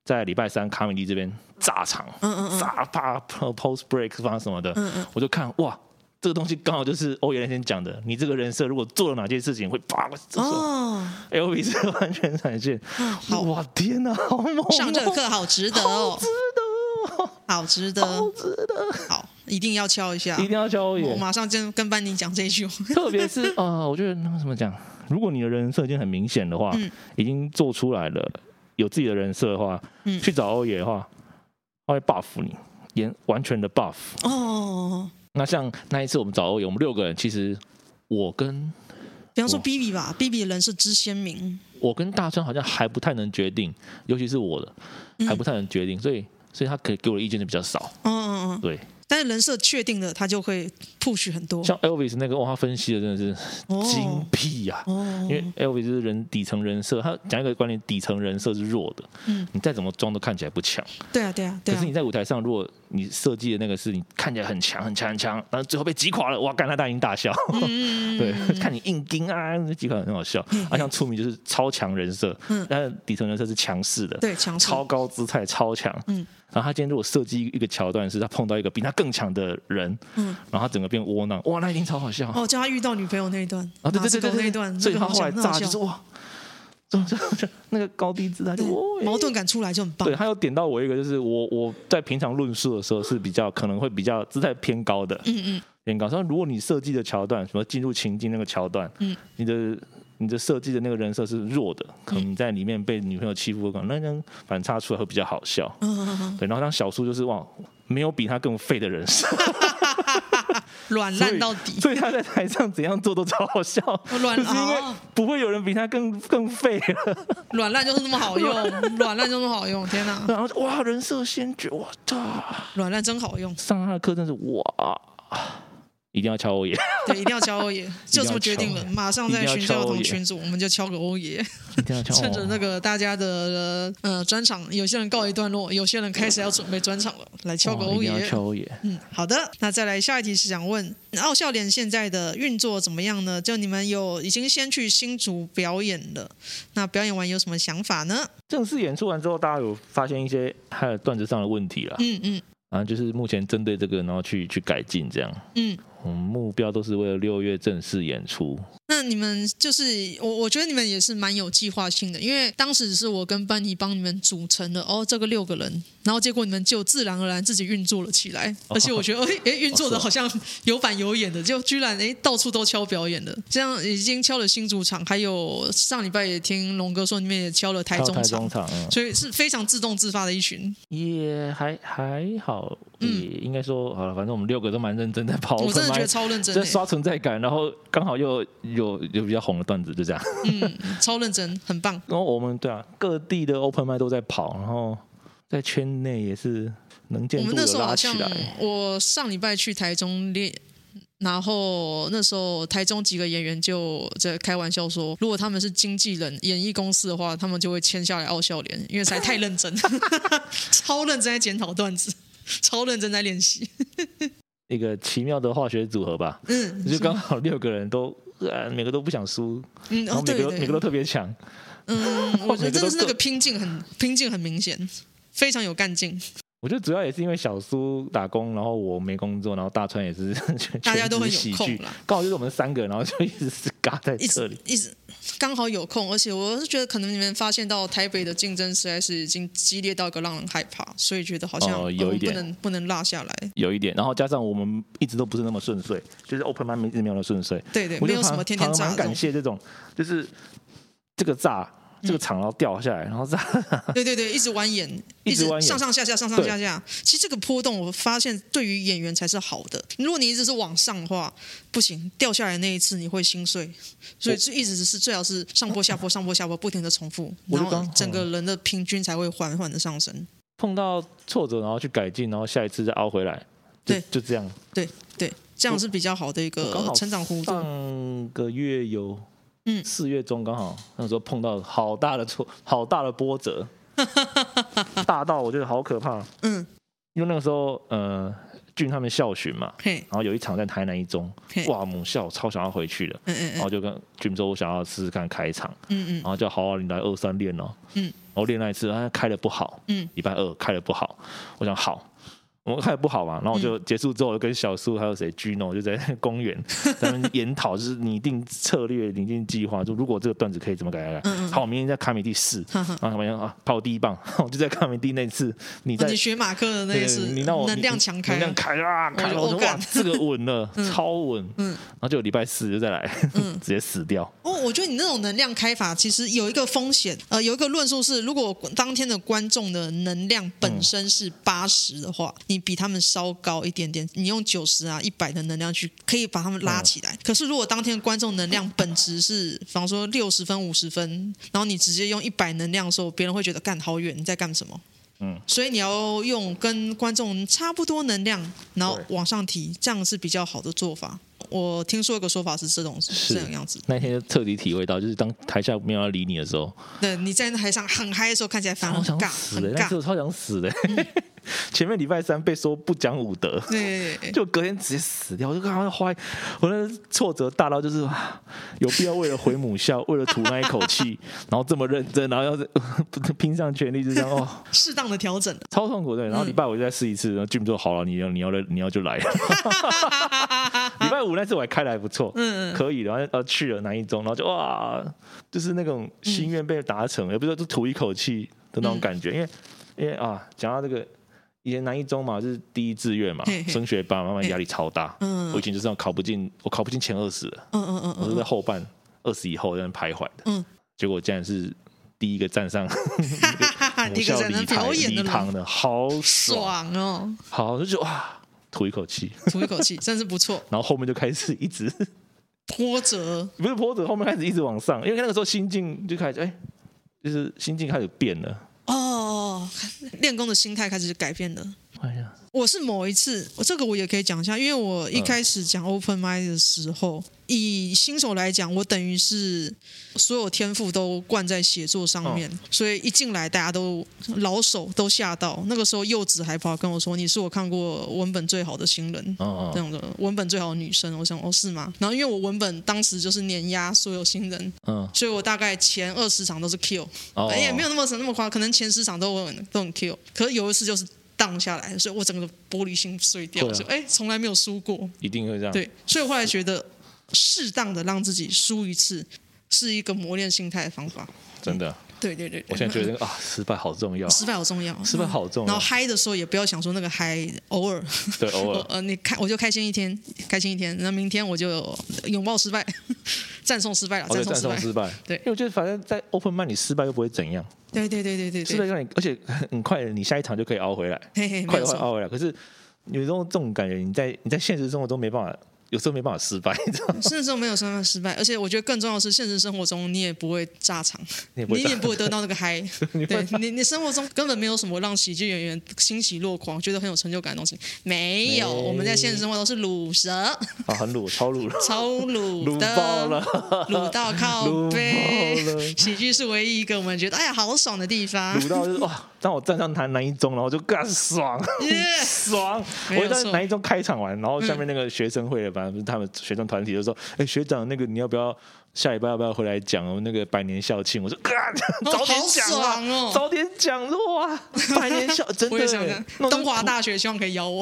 B: 在礼拜三卡米蒂这边炸场，
A: 嗯嗯嗯
B: 炸啪 post break 发什么的，
A: 嗯嗯
B: 我就看哇。这个东西刚好就是欧阳先生讲的，你这个人设如果做了哪件事情会啪，这时候
A: 哦，
B: Elvis 完全闪现，
A: 好
B: 哇天哪，好猛、哦！
A: 上这个课好值得哦
B: 值，得哦，
A: 好值
B: 好
A: 得，
B: 值得，
A: 好，一定要敲一下
B: 一。定要教我
A: 我
B: 演。
A: 马上跟跟班尼讲这一句，
B: 特别是啊、呃我觉得那个怎么讲，如果你的人设已经很明显的话，
A: 嗯
B: 已经做出来了，有自己的人设的话，
A: 嗯
B: 去找欧爷的话，他会 buff 你，演完全的 buff。
A: 哦，
B: 那像那一次我们找欧爷，我们六个人，其实我跟
A: 比方说
B: 哇
A: B B 吧，B B 人设之鲜明，
B: 我跟大川好像还不太能决定，尤其是我的还不太能决定，所以所以他可以给我的意见就比较少。
A: 嗯嗯嗯，
B: 对，
A: 但是人设确定了，他就会 push 很多。
B: 像 Elvis 那个，哇，他分析的真的是精
A: 哦
B: 辟啊呀、因为
A: 哦，
B: Elvis 就是人底层人设，他讲一个观念，底层人设是弱的，
A: 嗯，
B: 你再怎么装都看起来不强。
A: 对啊对啊对
B: 可
A: 啊
B: 是你，在舞台上，如果你设计的那个是你看起来很强、很强、很强，但是最后被击垮了，哇，干他大赢大笑。
A: 嗯
B: 对，看你硬盯啊，击垮很好笑。啊，像出名就是超强人设，
A: 嗯
B: 但是底层人设是强势的，
A: 对强势
B: 超高姿态，超强。
A: 嗯，
B: 然后他今天如果设计一个桥段，是他碰到一个比他更强的人，
A: 嗯，
B: 然后他整个变窝囊，哇，那一定超好笑。
A: 哦，叫他遇到女朋友那一段，
B: 啊，对
A: 马
B: 对对对
A: 斯
B: 对
A: 狗那一段，
B: 所以
A: 那
B: 他
A: 个好
B: 后来
A: 笑那
B: 炸
A: 好笑
B: 就是哦哇，就 就就那个高低姿态就
A: 对
B: 哇
A: 矛盾感出来就很棒
B: 对，。他有点到我一个，就是我我在平常论述的时候是比较可能会比较姿态偏高的，
A: 嗯嗯，
B: 偏高。像如果你设计的桥段，什么进入情境那个桥段，
A: 嗯，
B: 你的你的设计的那个人设是弱的，
A: 嗯
B: 可能你在里面被女朋友欺负，可能那张反差出来会比较好笑。
A: 嗯嗯嗯嗯，
B: 对，然后像小苏就是哇，没有比他更废的人设，
A: 软
B: 所
A: 烂
B: 以
A: 到底，
B: 所以他在台上怎样做都超 好笑，
A: 软
B: 就是因为
A: 哦
B: 不会有人比他更更废了。
A: 软烂就是那么好 用，软烂就那么好用，天哪，
B: 然后就哇，人设先觉，我操！
A: 软烂真好用，
B: 上他的课真是哇，一定要敲我爷，
A: 对，一定要敲欧爷，就这么决定了，马上在
B: 一
A: 群
B: 定要
A: 教
B: 敲欧
A: 同
B: 爷哦
A: 群组，我们就敲个欧爷，
B: 一定要敲我。
A: 趁着那个大家的呃专场，有些人告一段落，有些人开始要准备专场了，来敲个
B: 哇
A: 欧
B: 一定要
A: 爷。
B: 敲我爷。
A: 嗯，好的，那再来下一题是想问奥笑联现在的运作怎么样呢？就你们有已经先去新竹表演了，那表演完有什么想法呢？
B: 正式演出完之后，大家有发现一些他的段子上的问题啦，
A: 嗯嗯
B: 然后就是目前针对这个，然后去去改进这样。
A: 嗯，
B: 我们目标都是为了六月正式演出，
A: 那你们就是我，我觉得你们也是蛮有计划性的，因为当时是我跟班尼帮你们组成了哦，这个六个人，然后结果你们就自然而然自己运作了起来，
B: 哦
A: 而且我觉得哎哎运作的好像有板有眼的，就居然哎到处都敲表演的，这样已经敲了新主场，还有上礼拜也听龙哥说你们也敲了台
B: 到
A: 中
B: 台
A: 场
B: 中，场，嗯，
A: 所以是非常自动自发的一群。
B: 也还还好，也
A: 嗯
B: 应该说好了，反正我们六个都蛮认真在跑，
A: 我真的
B: open
A: 觉得
B: mic，
A: 超认真、
B: 在
A: 欸，
B: 刷存在感，然后刚好又有有比较红的段子，就这样。
A: 嗯，超认真，很棒。
B: 然后我们对啊，各地的 open m i 都在跑，然后在圈内也是能见
A: 我们
B: 度
A: 那
B: 的
A: 时候
B: 拉
A: 好
B: 起
A: 像
B: 来。，
A: 我上礼拜去台中练，然后那时候台中几个演员就在开玩笑说，如果他们是经纪人、演艺公司的话，他们就会签下来傲笑脸，因为才太认真， 超认真在检讨段子。超认真在练习，
B: 一个奇妙的化学组合吧，
A: 嗯
B: 就刚好六个人都。呃，每个都不想输，
A: 嗯，
B: 然
A: 哦
B: 后每
A: 对
B: 个都、每个
A: 对，
B: 都特别强，
A: 嗯，我觉得真
B: 每个
A: 的
B: 都
A: 是那个拼劲很拼劲很明显，非常有干劲，
B: 我觉得主要也是因为小苏打工，然后我没工作，然后大川也是 全
A: 大家都很
B: 全职
A: 有
B: 喜
A: 空
B: 剧，
A: 啦。
B: 刚好就是我们三个，然后就一直 是嘎在
A: 一直
B: 这里。
A: 一直刚好有空，而且我是觉得可能你们发现到台北的竞争实在是已经激烈到一个让人害怕，所以觉得好像、
B: 哦
A: 呃
B: 有一
A: 我们
B: 点
A: 不能不能落下来。
B: 有一点，然后加上我们一直都不是那么顺遂，就是 open mic 一直没有那么顺遂，
A: 对对，
B: 我
A: 没
B: 就
A: 有
B: 反
A: 什么天
B: 反
A: 天
B: 而
A: 炸
B: 蛮
A: 这
B: 感
A: 种。
B: 谢这种，就是这个炸这个场然后掉下来，然后再
A: 对对对，一直蜿蜒，
B: 一直蜿蜒
A: 上上下下，上上下下。其实这个波动，我发现对于演员才是好的。如果你一直是往上的话，不行，掉下来那一次你会心碎。所以就一直是最好是上坡下坡上坡下坡，不停的重复，
B: 我
A: 然
B: 就刚啊
A: 后整个人的平均才会缓缓的上升。
B: 碰到挫折，然后去改进，然后下一次再凹回来，就
A: 对
B: 就这样。
A: 对对，这样是比较好的一
B: 我刚
A: 个
B: 好
A: 成长弧度。
B: 上个月有，
A: 嗯
B: 四月中刚好那时候碰到好大的挫，好大的波 折，大到我觉得好可怕。
A: 嗯，
B: 因为那个时候，呃，俊他们校巡嘛，
A: 嘿，
B: 然后有一场在台南一中
A: 嘿，
B: 哇，母校我超想要回去的，
A: 嗯嗯
B: 然
A: 嗯
B: 后就跟俊说，我想要试试看开场，
A: 嗯
B: 然后叫好啊，你来二三练哦，
A: 嗯
B: 然后练那一次，哎，开的不好，
A: 嗯
B: 礼拜二开的不好，我想好。我们开的不好嘛，然后我就
A: 嗯
B: 结束之后，我就跟小苏还有谁 Gino 就在公 园咱们研讨，就是拟定策略、拟定计划，就如果这个段子可以怎么改改改。
A: 嗯嗯
B: 好，我明天在卡米蒂试，
A: 哈哈
B: 然后他们啊跑第一棒， 我就在卡米蒂那次，你在
A: 嗯，你学马克的那
B: 对
A: 个是
B: 你让我
A: 能量强开
B: 能量
A: 啊，
B: 开啊，开了，
A: 我
B: 我
A: 就
B: 说
A: 我
B: 哇
A: 干，
B: 这个稳了，超稳，
A: 嗯
B: 然后就礼拜四就再来，
A: 嗯
B: 直接死掉，
A: 哦，我觉得你那种能量开法其实有一个风险，呃，有一个论述是，如果当天的观众的能量
B: 嗯
A: 本身是八十的话，你比他们稍高一点点，你用九十啊、一百的能量去可以把他们
B: 嗯
A: 拉起来。可是如果当天的观众能量本质是，比方说六十分、五十分，然后你直接用一百能量的时候，别人会觉得干好远，你在干什么？
B: 嗯，
A: 所以你要用跟观众差不多能量，然后
B: 对
A: 往上提，这样是比较好的做法。我听说一个说法是这种是这种样子，
B: 那天就彻底体会到，就是当台下没有要理你的时候，
A: 对，你在台上很嗨的时候，看起来反而
B: 超
A: 啊很
B: 想
A: 尬，
B: 死
A: 很
B: 的，那
A: 尬。嗯
B: 次我超想死的。 前面礼拜三被说不讲武德，
A: 对，对对
B: 就隔天直接死掉，我就刚刚坏，我那挫折大到就是啊有必要为了回母校，为了吐那一口气，然后这么认真，然后要是 拼上全力，就这样哦。
A: 适当的调整。
B: 超痛苦对，
A: 嗯
B: 然后礼拜五再试一次，然后 Jim 说好了，你要你要来你要就来。 礼拜五那次我还开的还不错，
A: 嗯嗯
B: 可以的，然后呃去了南一中，然后就哇，就是那种心愿被达
A: 嗯
B: 成，也不是说就吐一口气的那种感觉，因为因为啊，讲到这个。以前南一中嘛，就是第一志愿嘛
A: 嘿，嘿
B: 升学班，慢慢
A: 嘿
B: 压力超大。
A: 嗯
B: 我以前就是那种考不进，我考不进前二十，
A: 嗯嗯嗯
B: 我是在
A: 嗯
B: 后半二十以后在那边徘徊的。
A: 嗯，
B: 结果我竟然是第一个站上
A: 哈哈，
B: 母
A: 你可
B: 校
A: 才能
B: 礼堂
A: 表演的
B: 礼堂
A: 人，
B: 的，好 爽，
A: 爽哦，
B: 好就觉得哇，吐一口气，
A: 吐一口气，真是不错。
B: 然后后面就开始一直
A: 波折，
B: 不是坡子，后面开始一直往上，因为那个时候心境就开始哎，就是心境开始变了，
A: 哦，练功的心态开始改变了。
B: 哎呀，
A: 我是某一次，我这个我也可以讲一下，因为我一开始讲 open mind 的时候，以新手来讲，我等于是所有天赋都灌在写作上面，所以一进来大家都老手都吓到。那个时候柚子还跑来跟我说：“你是我看过文本最好的新人。”
B: 哦
A: 这，样的文本最好的女生，我想哦是吗？然后因为我文本当时就是碾压所有新人，
B: 嗯，
A: 所以我大概前二十场都是 kill，
B: 哦，
A: 哎、也没有那么那么夸张，可能前十场都很都很 Q，可是有一次就是 down 下来，所以我整个玻璃心碎掉，
B: 对啊啊
A: 就哎从来没有输过，
B: 一定会这样，，
A: 对，所以我后来觉得适当的让自己输一次是一个磨练心态的方法。
B: 真的，
A: 对对对
B: 我现在觉得那个啊，失败好 重要，
A: 失败好重要，嗯
B: 失败好重
A: 然后
B: 要，
A: 嗨的时候也不要想说那个嗨，偶尔，
B: 对，偶尔
A: 呃，你开我就开心一天，开心一天，那明天我就拥抱失败， 赞颂失败了，
B: 哦，对，
A: 赞颂
B: 战
A: 失
B: 胜
A: 败，
B: 失败，
A: 对
B: 因为我觉得反正在 open mind 你失败又不会怎样，
A: 对对对对对
B: 失
A: 对
B: 败，让你，而且很快你下一场就可以熬回来，
A: 嘿嘿，没
B: 快
A: 有
B: 快
A: 错，
B: 熬回来。可是有时候这种感觉，你在你在现实生活中没办法，有时候没办法失败，你知道吗？
A: 现实中没有什么失败，而且我觉得更重要的是，现实生活中你也不会炸场，
B: 你也不
A: 你
B: 会
A: 也 不会得到那个嗨。对你，你生活中根本没有什么让喜剧演员欣喜若狂、觉得很有成就感的东西。没有，
B: 没
A: 我们在现实生活都是卤蛇，
B: 啊，很鲁，超鲁了，
A: 超卤
B: 鲁爆了
A: 的，，卤到靠
B: 鲁
A: 背
B: 爆了。
A: 喜剧是唯一一个我们觉得哎呀好爽的地方
B: 鲁。到就是哇！当我站上台南一中，然后就干爽
A: Yeah
B: 爽！
A: 没有
B: 我在
A: 错
B: 南一中开场完，然后下面那个学生会的，反正不是他们学生团体就说：“哎，学长，那个你要不要下礼拜要不要回来讲我们那个百年校庆？”我说：“干， 早点讲
A: 好爽哦
B: 啊，早点讲哇！百年 校真的
A: 我也想
B: 欸
A: 看，
B: 那我就
A: 东华大学，希望可以邀我。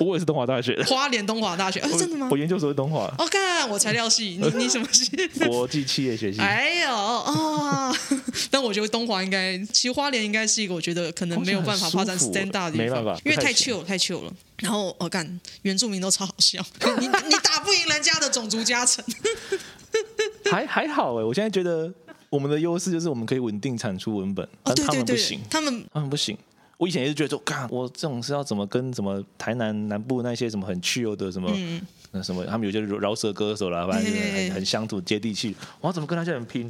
B: 我也是东华大学的，
A: 花莲东华大学，啊
B: 我
A: 真的吗
B: 我？研究所是东华
A: 哦，看我材料系，你你什么系？
B: 国际企业学系。
A: 哎呦啊！ 但我觉得东华应该，其实花莲应该是一个我觉得可能没有办法发展
B: 好像很舒服
A: stand up 的地
B: 没
A: 方，
B: 办法
A: 因为
B: 不太
A: 太
B: 行
A: chill 太 chill 了。然后我干、原住民都超好笑， 你你打不赢人家的种族加成，
B: 还还好哎、我现在觉得。我们的优势就是我们可以稳定产出文本，
A: 哦，
B: 但
A: 对
B: 他
A: 对
B: 们不
A: 对
B: 行，，
A: 他们
B: 他们啊不行。我以前也是觉得说，干，我这种是要怎么跟什么台南南部那些什么很去游的什么、
A: 嗯，
B: 那什么，他们有些饶饶舌歌手啦，反正就是
A: 嘿嘿嘿
B: 很很乡土接地气，我要怎么跟那些人拼？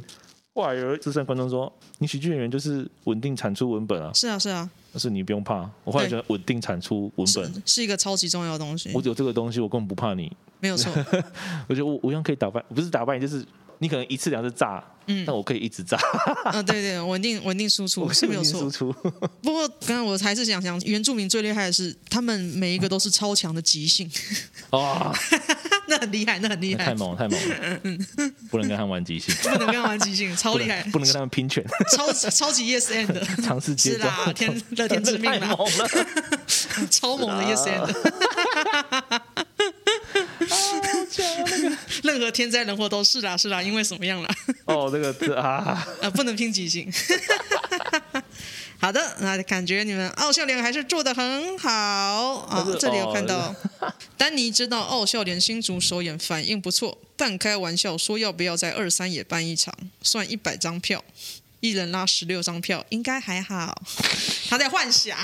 B: 后来有资深观众说，你喜剧演员就是稳定产出文本啊，
A: 是啊是啊，
B: 但是你不用怕。我后来觉得稳定产出文
A: 是啊
B: 本，
A: 是一个超级重要的东西
B: 我，有这个东西，我根本不怕你。
A: 没 有错，
B: 我觉得我我一样可以打败，不是打败你，就是你可能一次两次炸，
A: 嗯
B: 但我可以一直炸，
A: 啊对对，稳定稳定输
B: 我
A: 出是没有
B: 可以
A: 错
B: 输，出。
A: 不过刚刚我还是想想，原住民最厉害的是他们每一个都是超强的即兴，
B: 哇，
A: 那很厉害，那很厉
B: 太
A: 害，
B: 猛了，太猛了，
A: 嗯
B: 不能跟他们玩 即兴，
A: 不能跟他玩即兴，超
B: 不
A: 厉
B: 能
A: 害，
B: 不能跟他们拼拳，
A: 超超级 yes and 的。
B: 尝试接
A: 是
B: 招。
A: 啦，天乐天之命 啊
B: 太
A: 啦
B: 猛，了！
A: 超猛的 yes and，任何 天灾人祸都是啦是啦，因为什么样啦？
B: 哦，这个这啊，
A: 呃，不能拼即兴。 好的，那感觉你们奥秀莲还是做的很好啊
B: 但是！
A: 这里有
B: 哦
A: 看到， 丹尼知道奥秀莲新竹首演反应不错，半开玩笑说要不要在二三也办一场，算一百张票，一人拉十六张票，应该还好。 他在幻想，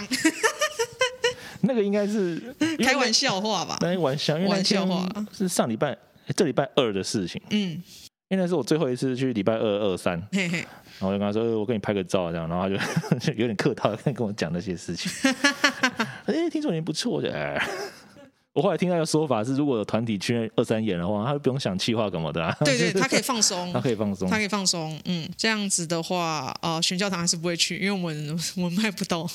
B: 那个应该是
A: 开玩，笑话吧？
B: 那玩笑，因为那
A: 玩笑话
B: 天是上礼拜，诶这礼拜二的事情，
A: 嗯，
B: 因为那是我最后一次去礼拜二二三，
A: 嘿嘿，
B: 然后我就跟他说，呃我跟你拍个照这样，然后他就就 有点客套，跟我讲那些 事情。哎、听说你不错的、哎我后来听到一个说法是，如果有团体去二三演的话，他就不用想气话干嘛的、啊，
A: 对对，他可以放松
B: 他，可以放松
A: 他。可以放松，嗯，这样子的话，呃，选教堂还是不会去，因为我们 我们卖不到，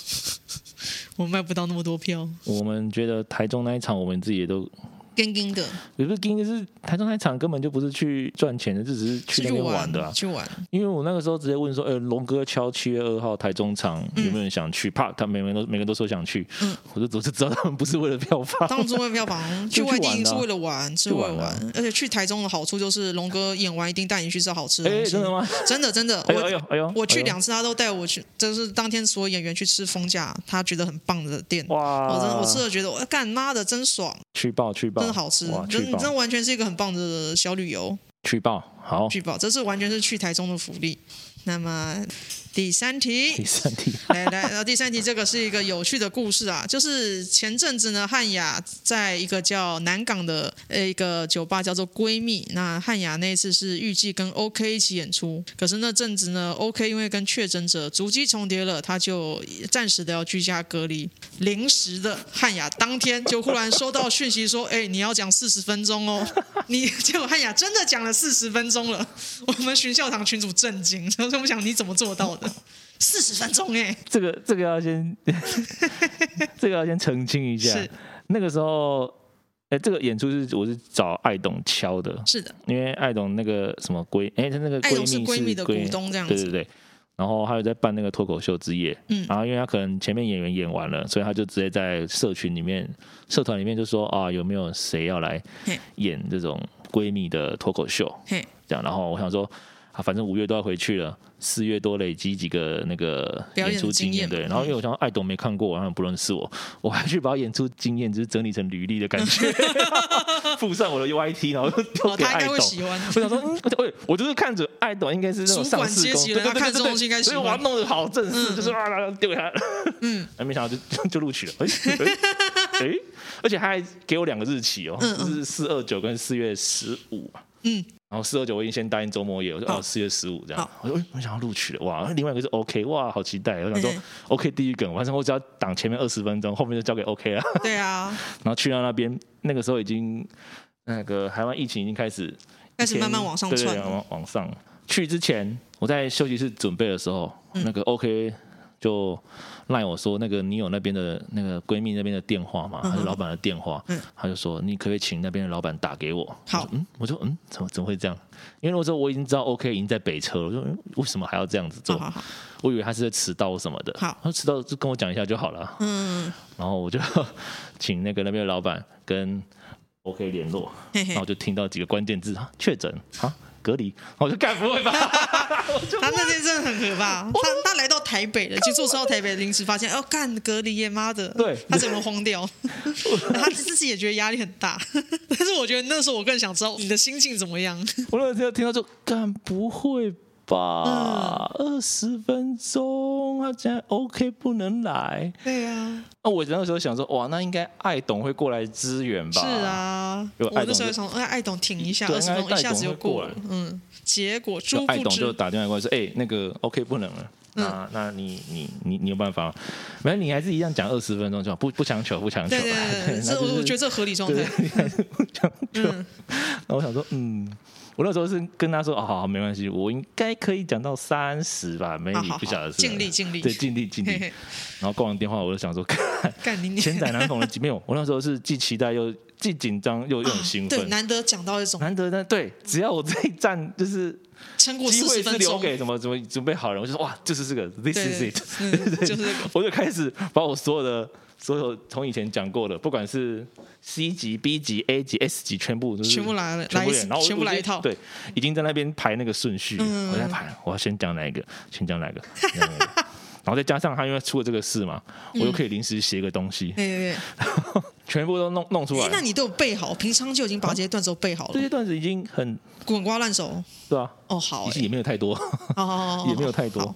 A: 我们卖不到那么多票，
B: 我们觉得台中那一场，我们自己也都
A: 跟跟的
B: 也不是盯，就是台中那一场根本就不是去赚钱的，就只是去那
A: 去
B: 边
A: 玩
B: 玩的、啊。
A: 去玩，
B: 因为我那个时候直接问说，呃、龙哥敲七月二号台中场有没有人想去？啪，他每个人都每个人都说想去，
A: 嗯
B: 我就我就知道他们不是为了票 房，
A: 当然是为了票 房，去
B: 就去
A: 外地
B: 玩
A: 一定
B: 的
A: 是
B: 啊
A: 为了玩，是
B: 去
A: 为了
B: 玩的啊
A: 玩，而且去台中的好处就是龙哥演完一定带你去吃好吃的
B: 哎、
A: 东西，
B: 真的吗？
A: 真的真的，
B: 哎呦哎呦
A: 我
B: 哎呦！
A: 我去
B: 哎呦
A: 两次，他都带我去，就是当天所有演员去吃风架，他觉得很棒的店。
B: 哇！
A: 我真的，我吃了觉得，我干妈的真爽，
B: 去爆去爆，
A: 真的好吃
B: 哇！，
A: 真
B: 去
A: 真的
B: 爆
A: 完全是一个很棒的小旅游。
B: 去爆，好，
A: 举报，这是完全是去台中的福利。那么第三
B: 第
A: 题，
B: 三 题，
A: 来来，然后第三题这个是一个有趣的故事啊，就是前阵子呢，汉雅在一个叫南港的呃一个酒吧叫做闺蜜，那汉雅那一次是预计跟 OK 一起演出，可是那阵子呢，OK 因为跟确诊者足迹重叠了，他就暂时的要居家隔离，临时的汉雅当天就忽然收到讯息说，哎、你要讲四十分钟哦，你 结果汉雅真的讲了四十分钟了， 我们巡校堂群主震惊， 然后我们想你怎么做到的？四十分钟哎、
B: 这个这个 要先，这个要先澄清一下
A: 是。
B: 那个时候，哎，这个演出是我是找艾董敲的，
A: 是的，
B: 因为艾董那个什么闺，哎，他那个
A: 艾
B: 闺
A: 董
B: 蜜
A: 是闺蜜的股，东这样
B: 对对
A: 子，
B: 对。然后还有在办那个脱口秀之夜，
A: 嗯
B: 然后因为他可能前面演员演完了，所以他就直接在社群里面、社团里面就说啊，有没有谁要来
A: 嘿
B: 演这种闺蜜的脱口秀？
A: 嘿，
B: 这样。然后我想说，啊，反正五月都要回去了，四月多累积几个那个
A: 表演
B: 演出
A: 经
B: 经验，
A: 验嘛
B: 对。然后因为我想说艾董没看过，然后不认识我，我还去把演出经验就是整理成履历的感觉， 附上我的 YT，然后丢
A: 嗯哦，
B: 给
A: 他应
B: 艾
A: 该
B: 董
A: 会。喜欢。
B: 我想说，嗯，对，我就是看着艾董应该是那种
A: 主
B: 上
A: 管
B: 市
A: 阶
B: 公，
A: 级
B: 对
A: 人
B: 对
A: 他
B: 对
A: 看这
B: 对
A: 种东西应该
B: 对，所以
A: 喜
B: 我要
A: 欢
B: 弄得好正式，
A: 嗯
B: 就是啊，然后丢给他，
A: 嗯，
B: 哎，没想到就就录取了，哎哎哎，而且他还给我两个日期哦，
A: 嗯嗯
B: 就是四二九跟四月十五，啊
A: 嗯，
B: 然后四二九我已经先答应周末夜，我说
A: 好
B: 哦四月十五这样
A: 好，
B: 我说哎我想要录取了哇，另外一个是 OK 哇，好期待，我想说
A: 嗯
B: OK 地狱梗，反正我只要挡前面二十分钟，后面就交给 OK 了，
A: 对啊，
B: 然后去到那边，那个时候已经那个台湾疫情已经开始
A: 开始
B: 一
A: 慢
B: 天
A: 慢往上
B: 对对
A: 窜哦
B: 对往往上。去之前我在休息室准备的时候，
A: 嗯
B: 那个 OK 就赖我说，那个你有那边的那个闺蜜那边的电话吗？
A: 嗯
B: 还是老板的电话？
A: 嗯
B: 他就说你可不可以请那边的老板打给我？
A: 好
B: 我说嗯，我说嗯，怎么怎么会这样？因为那时候我已经知道 OK 已经在北车了，我说嗯为什么还要这样子
A: 好
B: 做？
A: 好好，
B: 我以为他是在迟到什么的。
A: 好
B: 他说迟到就跟我讲一下就好了。
A: 嗯，
B: 然后我就 请那个那边的老板跟 OK 联络，
A: 嘿嘿
B: 然后，就听到几个关键字啊，确诊啊，隔离，然后我就干不会 吧？
A: 他那天真的很可 怕，他他来到台北了，就坐车到台北，临时发现，哦，干隔离耶，妈的，
B: 对
A: 他整个慌 掉，他自己也觉得压力很大， 但是我觉得那时候我更想知道你的心境怎么样，
B: 我那时候听到就干不会吧？
A: 嗯
B: 二十分钟，他竟然 OK 不能来。
A: 对啊，
B: 啊，我那个时候想说，哇，那应该艾董会过来支援吧？
A: 是，啊，
B: 有
A: 我
B: 爱
A: 那
B: 懂
A: 时候
B: 就
A: 想，哎，爱董挺一下，
B: 对
A: 二十分
B: 应
A: 钟
B: 该
A: 一
B: 爱
A: 下
B: 懂
A: 子就
B: 会过
A: 过了
B: 来，
A: 嗯，结果
B: 就
A: 殊
B: 艾
A: 不
B: 董就
A: 知，
B: 打电话过来说，哎、那个 OK 不能了。
A: 嗯
B: 那那你你你你有办法吗？没有，你还是一样讲二十分钟就好，不不强求，不强求。
A: 对对 对，对
B: 那
A: 这
B: 就是
A: 我觉得这合理状态
B: 对，，你 还是不强求。
A: 嗯，
B: 然后我想说，嗯，我那时候是跟他说，哦，好，好没关系，我应该可以讲到三十吧，没
A: 好
B: 你
A: 好
B: 不晓
A: 好，
B: 得是哎
A: 尽力尽力，
B: 对，尽力尽力
A: 嘿。嘿，
B: 然后挂完电话，我就想说， 看
A: 干你你
B: 千载难逢的机会，没有，我那时候是既期待又既紧张又又很兴
A: 啊对，
B: 奋，
A: 难得讲到一种
B: 难得但对，只要我这一站就是
A: 撑过
B: 机
A: 四
B: 会
A: 十
B: 是
A: 分
B: 留
A: 钟，
B: 给什么什么准备好人，我就说哇，就是这个
A: 对
B: ，this is
A: 对
B: it，
A: 嗯就是这个
B: 我就开始把我所有的所有从以前讲过的，不管是 C 级、B 级、A 级、S 级，全部就是
A: 全部来了，
B: 全
A: 来
B: 部
A: 一
B: 演，然后我
A: 全部
B: 我
A: 来
B: 就
A: 一套，
B: 对，已经在那边排那个顺序了，
A: 嗯
B: 我在排，我要先讲哪一个，先讲哪一个，先讲哪一个然后再加上他因为出了这个事嘛，我
A: 嗯
B: 又可以临时写一个东西，
A: 对对对。
B: 全部都弄弄出
A: 哎
B: 来，。
A: 那你都有背好，平常就已经把这些段子都背好
B: 这
A: 了，
B: 些段子已经很
A: 滚瓜烂熟。
B: 对啊，
A: 哦，好
B: 其实
A: 哎，
B: 也没有太多，
A: 好好好好，好
B: 也没有太
A: 哦好
B: 多，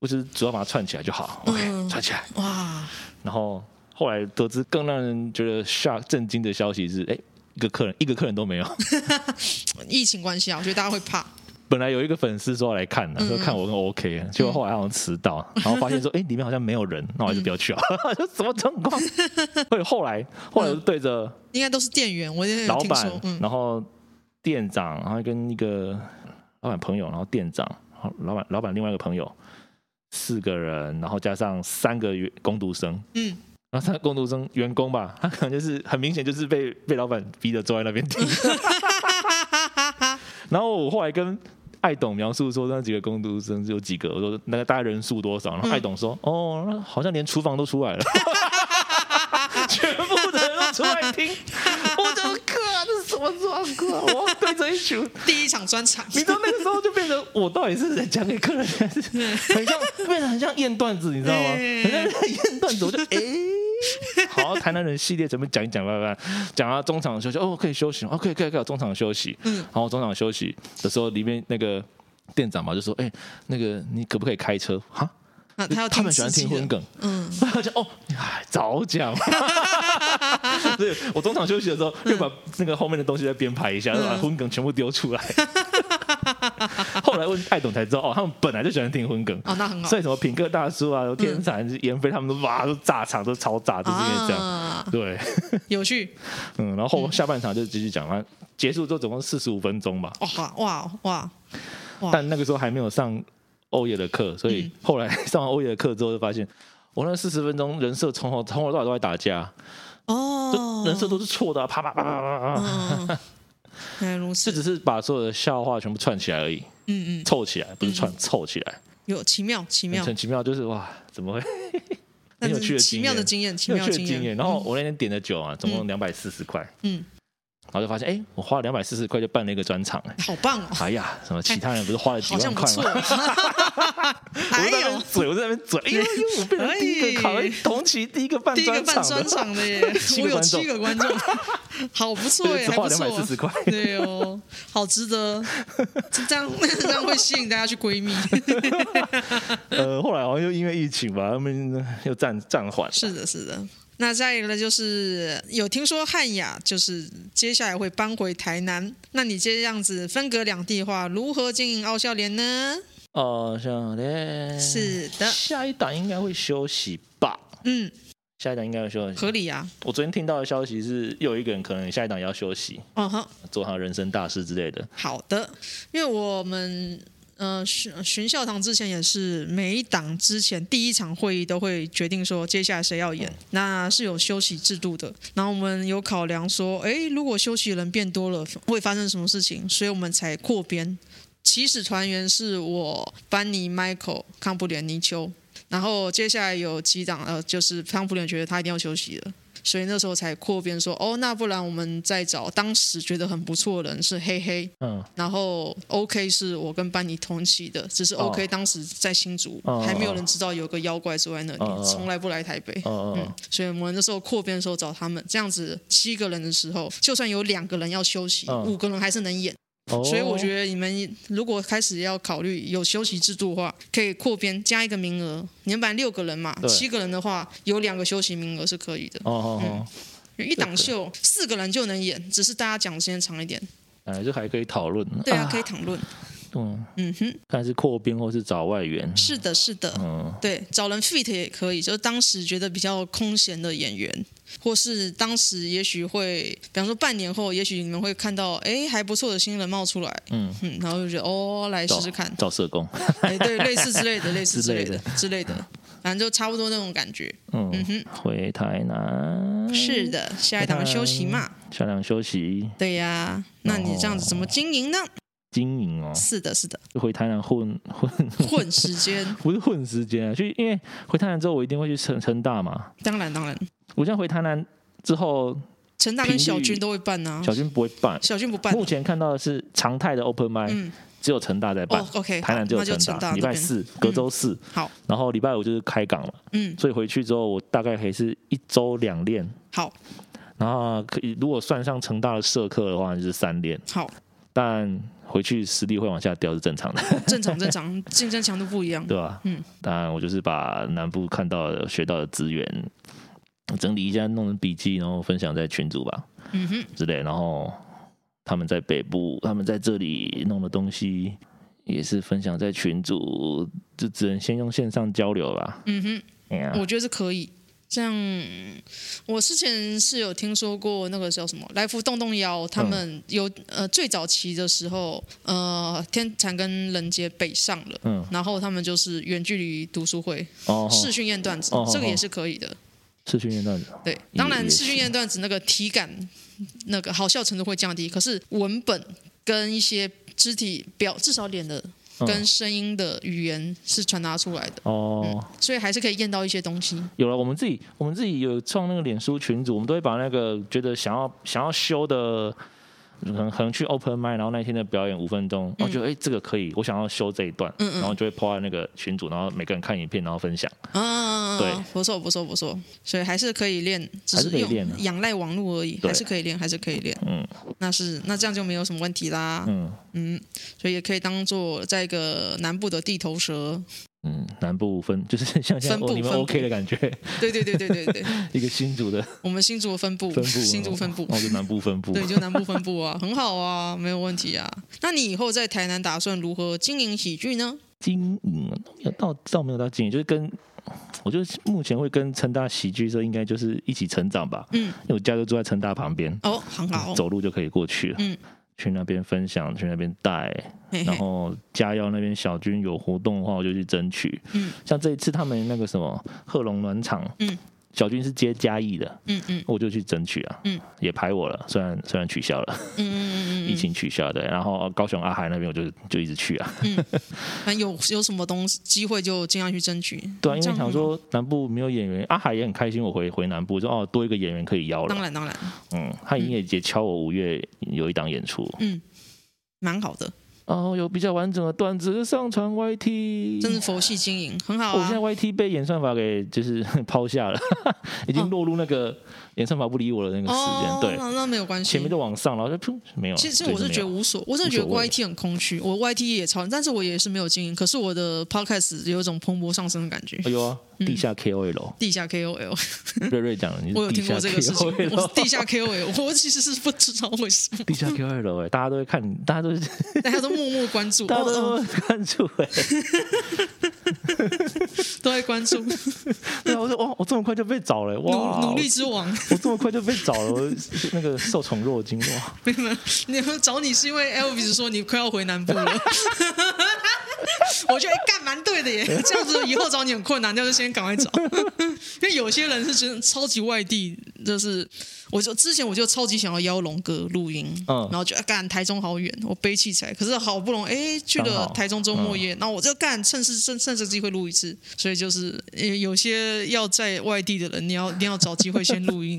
B: 我只是主要把它串起来就好。
A: 嗯
B: OK，串起来。
A: 哇，
B: 然后后来得知更让人觉得 shock 震惊的消息是，哎，一个客人一个客人都没有。
A: 疫情关系啊，我觉得大家会怕。
B: 本来有一个粉丝说要来看
A: 嗯
B: 的，说看我跟 OK，结果后来好像迟到，然后发现说，哎、里面好像没有人，那我还是不要去啊， 就什么状 况？所以后来后来我就对着
A: 应该都是店员，我也有
B: 老
A: 听
B: 板
A: 说，，嗯，
B: 然后店长，然后跟一个老板朋友，然后店长，然后老板老板另外一个朋友，四个人，然后加上三个员工读生，
A: 嗯，
B: 然后三个工读生员工吧，他可能就是很明显就是被被老板逼着坐在那 边听。然后我后来跟艾董描述说那几个工读生有几个，我说那个大概人数多少，然后
A: 嗯
B: 艾董说、哦，那好像连厨房都出来了。全部的人都出来听，我就靠，这是什么状况？我要对着一群，
A: 第一场专场，
B: 你知道那个时候就变成我到底是在讲给客人听，还是很像变得很像验段子，你知道 吗？
A: 对
B: 很像验段子，我就哎。 好，台南人系列怎么讲一讲，拜拜，讲到中场休息，哦，可以休息，哦，可以，可以，可以，中场休息。
A: 嗯
B: 然后中场休息的时候，里面那个店长嘛就说，哎、那个你可不可以开车？哈，
A: 啊，他要
B: 他们喜欢
A: 自己
B: 听
A: 的
B: 荤，梗，
A: 嗯，
B: 他 就哦，哎，早讲。 所以我中场休息的时候，又把那个后面的东西再编排一下，
A: 嗯
B: 又把荤梗全部丢出来。 后来问艾董才知道，哦，他们本来就喜欢听荤梗，
A: 哦，嗯那很好
B: 所，以什么品客大叔啊、天才、严飞他们都哇都炸场，都超炸，就是因为这样。
A: 啊，
B: 对，
A: 有趣，
B: 嗯，然后下半场就继续讲完，结束之后总共四十五分钟吧。
A: 哇哇哇，哇
B: 但那个时候还没有上欧野的课，所以
A: 哦嗯
B: 后来上完欧野的课之后，就发现我那四十分钟人设从头从头到尾都在打架，
A: 哦
B: 就，人设都是错的啊、啪啪啪啪啪啪啪，
A: 嗯，原来如
B: 这
A: 此，
B: 只是把所有的笑话全部串起来而已，
A: 嗯嗯，
B: 凑起来不是串，凑起来，
A: 有奇妙奇妙，
B: 很奇妙，就是哇，怎么会很有
A: 但
B: 趣的
A: 是奇
B: 经
A: 妙的
B: 验？
A: 经验，嗯奇
B: 很
A: 妙
B: 有趣的经
A: 经
B: 验。然后我那天点的酒啊，总共两百四十块，
A: 嗯，
B: 然后就发现，哎，我花了两百四十块就办了一个专场，哎
A: 好棒哦，
B: 哎呀，什么其他人不是花了几
A: 好像
B: 万
A: 不
B: 块
A: 错
B: 吗？， 我
A: 还
B: 在那边
A: 有
B: 嘴，我在那边嘴，哎 呦，哎呦我变成第一个考
A: 哎
B: 同期第一个办
A: 第一个
B: 专
A: 办
B: 场
A: 专
B: 的，
A: 场的 耶，
B: 七
A: 我
B: 个
A: 有
B: 观众
A: 七个观众， 好不错
B: 对，
A: 耶，
B: 只
A: 还
B: 花
A: 不
B: 两
A: 错
B: 百四十
A: 啊。
B: 块。
A: 对哦，好值得，这这样 这样会吸引大家去闺蜜。
B: 呃，后来好像又因为疫情吧，他们又暂暂缓。
A: 是的，是的。那再一个呢，就是有听说汉雅就是接下来会搬回台南，那你这样子分隔两地的话，如何经营奥笑莲呢？
B: 哦，像嘞，
A: 是的
B: 下一档应该会休息吧？
A: 嗯，
B: 下一档应该会休息。
A: 合理啊。
B: 我昨天听到的消息是，又有一个人可能下一档也要休息，
A: 哦好，
B: 做他人生大事之类的。
A: 好的，因为我们。呃，巡巡校堂之前也是每一档之前第一场会议都会决定说接下来谁要演，那是有休息制度的。然后我们有考量说，诶，如果休息人变多了，会发生什么事情？所以我们才扩编。起始团员是我、班尼、Michael、康普莲、泥鳅，然后接下来有几档，呃，就是康普莲觉得他一定要休息了。所以那时候才扩编说，哦，那不然我们再找当时觉得很不错的人是黑黑，
B: 嗯，
A: 然后 OK 是我跟班尼同期的，只是
B: 哦
A: OK 当时在新竹，
B: 哦
A: 还没有人知道有个妖怪住在那里，
B: 哦哦
A: 从来不来台北。
B: 哦
A: 嗯
B: 哦，
A: 所以我们那时候扩编的时候找他们，这样子七个人的时候，就算有两个人要休息，
B: 嗯
A: 五个人还是能演。
B: 哦
A: 嗯所以我觉得你们如果开始要考虑有休息制度的话，可以扩编加一个名额。你们本来六个人嘛，
B: 对
A: 七个人的话有两个休息名额是可以的。
B: 哦哦哦，
A: 因为一档秀四个人就能演，只是大家讲的时间长一点。
B: 哎，这还可以讨论。
A: 嗯对啊，可以讨论。
B: 嗯，
A: 嗯哼，
B: 看是扩编或是找外援。
A: 是的，是的。
B: 嗯，
A: 对，找人 fit 也可以，就是当时觉得比较空闲的演员，或是当时也许会，比方说半年后，也许你们会看到，哎，还不错的新人冒出来，
B: 嗯
A: 嗯，然后就觉得哦，来试
B: 找
A: 试看，
B: 找社工。
A: 哎，对，类似之类的，类似之类
B: 之
A: 的
B: 类
A: 之类的，反正就差不多那种感觉。
B: 嗯，
A: 嗯哼，
B: 回台南。
A: 是的，下一堂休息嘛，
B: 下场休息
A: 对呀、那你这样子怎么经营呢？
B: 经营哦，
A: 是的，是的，
B: 回台南混混，
A: 混时 间，
B: 不是混时间啊，去因为回台南之后我一定会去成成大嘛。
A: 当然当然，
B: 我现在回台南之后，
A: 陈大跟小
B: 频
A: 军
B: 率
A: 都会办啊，
B: 小军不会办。
A: 小军不办，
B: 目前看到的是常态的 open mic，、
A: 嗯，
B: 只有成大在办。
A: 哦，OK，
B: 台南只有
A: 那就
B: 成
A: 陈大
B: 大，礼拜
A: 那边，
B: 四、隔周四，
A: 好，
B: 然后礼拜五就是开港了，
A: 嗯，
B: 所以回去之后我大概可以是一周两练，
A: 好
B: 然后可以如果算上成大的社课的话就是三练，
A: 好。
B: 但回去实力会往下掉是正常的，
A: 正常正 常，竞争强度不一样。
B: 对吧？
A: 嗯，
B: 当然我就是把南部看到的、学到的资源整理一下，弄成笔记，然后分享在群组吧
A: 嗯哼，
B: 之类，然后他们在北部，他们在这里弄的东西。也是分享在群组，就只能先用线上交流吧。
A: 嗯哼，
B: 哎呀
A: 我觉得是可以。像我之前是有听说过那个叫什么来福动动摇，他们有、
B: 嗯
A: 呃最早期的时候，呃天蚕跟人杰北上了，
B: 嗯
A: 然后他们就是远距离读书会、
B: 哦，
A: 视讯验段子，
B: 哦哦
A: 这个也是可以的。
B: 视讯验段子，
A: 对，
B: 也
A: 当然
B: 也
A: 视讯验段子那个体感那个好笑程度会降低，可是文本跟一些肢体表，至少脸的
B: 嗯
A: 跟声音的语言是传达出来的。
B: 哦，
A: 所以还是可以验到一些东西。
B: 有了，我们自己我们自己有创那个脸书群组，我们都会把那个觉得想要想要修的。可能可能去 open m i d 然后那一天的表演五分钟，我觉得哎、诶这个可以，我想要修这一段，
A: 嗯嗯嗯
B: 然后就会抛在那个群组，然后每个人看影片，然后分享。
A: 啊，
B: 对
A: 不错不错不错，所以还是可以练，只
B: 还是可以
A: 用
B: 练的啊
A: 仰赖网络而已，
B: 对
A: 还是可以练，还是可以练。
B: 嗯
A: 那是那这样就没有什么问题啦。
B: 嗯
A: 嗯，所以也可以当做在一个南部的地头蛇。
B: 嗯，南部分就是像
A: 分
B: 像
A: 布
B: 哦、你们
A: 分布
B: OK 的感觉，
A: 对对对对对对，
B: 一个新组的
A: 我们新竹的分布，
B: 分布，
A: 新竹分布。
B: 哦，就南部分布。
A: 对，就南部分布啊，很好啊，没有问题啊。那你以后在台南打算如何经营喜剧呢？
B: 经营啊没有到到没有到经营，就是跟我就是目前会跟成大喜剧社应该就是一起成长吧。
A: 嗯，
B: 因为我家就住在成大旁边，
A: 哦，很好，
B: 嗯走路就可以过去了。
A: 嗯，
B: 去那边分享，去那边带，
A: 嘿
B: 然
A: 嘿，
B: 后嘉耀那边小军有活动的话，我就去争取。
A: 嗯，
B: 像这一次他们那个什么贺龙暖场，
A: 嗯，
B: 小军是接嘉义的，
A: 嗯嗯
B: 我就去争取啊。
A: 嗯，
B: 也排我了，虽然虽然取消了，
A: 嗯嗯嗯
B: 疫
A: 嗯
B: 情取消的。然后高雄阿海那边我就就一直去啊。
A: 嗯，那有有什么东西机会就尽量去争取。
B: 对啊，因
A: 这
B: 为
A: 样
B: 想
A: 很好
B: 说南部没有演员，阿海也很开心。我回回南部说哦，多一个演员可以邀
A: 当
B: 了。
A: 然当然，
B: 嗯，他营业也敲我五月有一档演出，
A: 嗯，蛮好的，
B: 哦，有比较完整的段子上传 YT。
A: 真是佛系经营，很好
B: 哦嗯我现在
A: 啊。
B: YT 被演算法给就是 抛下了，已经
A: 哦
B: 落入那个演算法不理我的那个时间。
A: 哦，
B: 对，
A: 那那没有关系。
B: 前面就往上，然后就噗没有了。
A: 其实
B: 对
A: 我是觉得
B: 没有
A: 无所，我真的觉得
B: 无所谓
A: YT 很空虚，我 YT 也超，但是我也是没有经营，可是我的 Podcast 有一种蓬勃上升的感觉。
B: 哎呦啊，地 下 KOL，
A: 地下 KOL，
B: 瑞瑞讲了，你
A: 我有
B: 是地
A: 听
B: 下
A: 过这个事情，我是
B: KOL，
A: 地下 KOL，我其实是不知道为什么，
B: 地下 KOL 哎，大家都会看，大家都是
A: 大家都默默关注，
B: 大家
A: 哦
B: 都
A: 哦
B: 会关注哎。
A: 都在关注，努
B: 对啊，我说哇，我这么快就被找了，欸哇，哦
A: 努力之王。
B: 我，我这么快就被找了，我那个受宠若惊哇，
A: 没有，你们找你是因为 Elvis 说你快要回南部了，我觉得哎干蛮对的耶，这样子以后找你很困难，那就先赶快找，因为有些人是真的超级外地，就是我就之前我就超级想要邀龙哥录音，
B: 嗯
A: 然后就啊干台中好远，我背器材，可是好不容易哎去
B: 刚
A: 了
B: 好
A: 台中周末夜，然后我就干趁是趁趁这个机会录一次，所以就是呃有些要在外地的人，你要一定要找机会先录音。。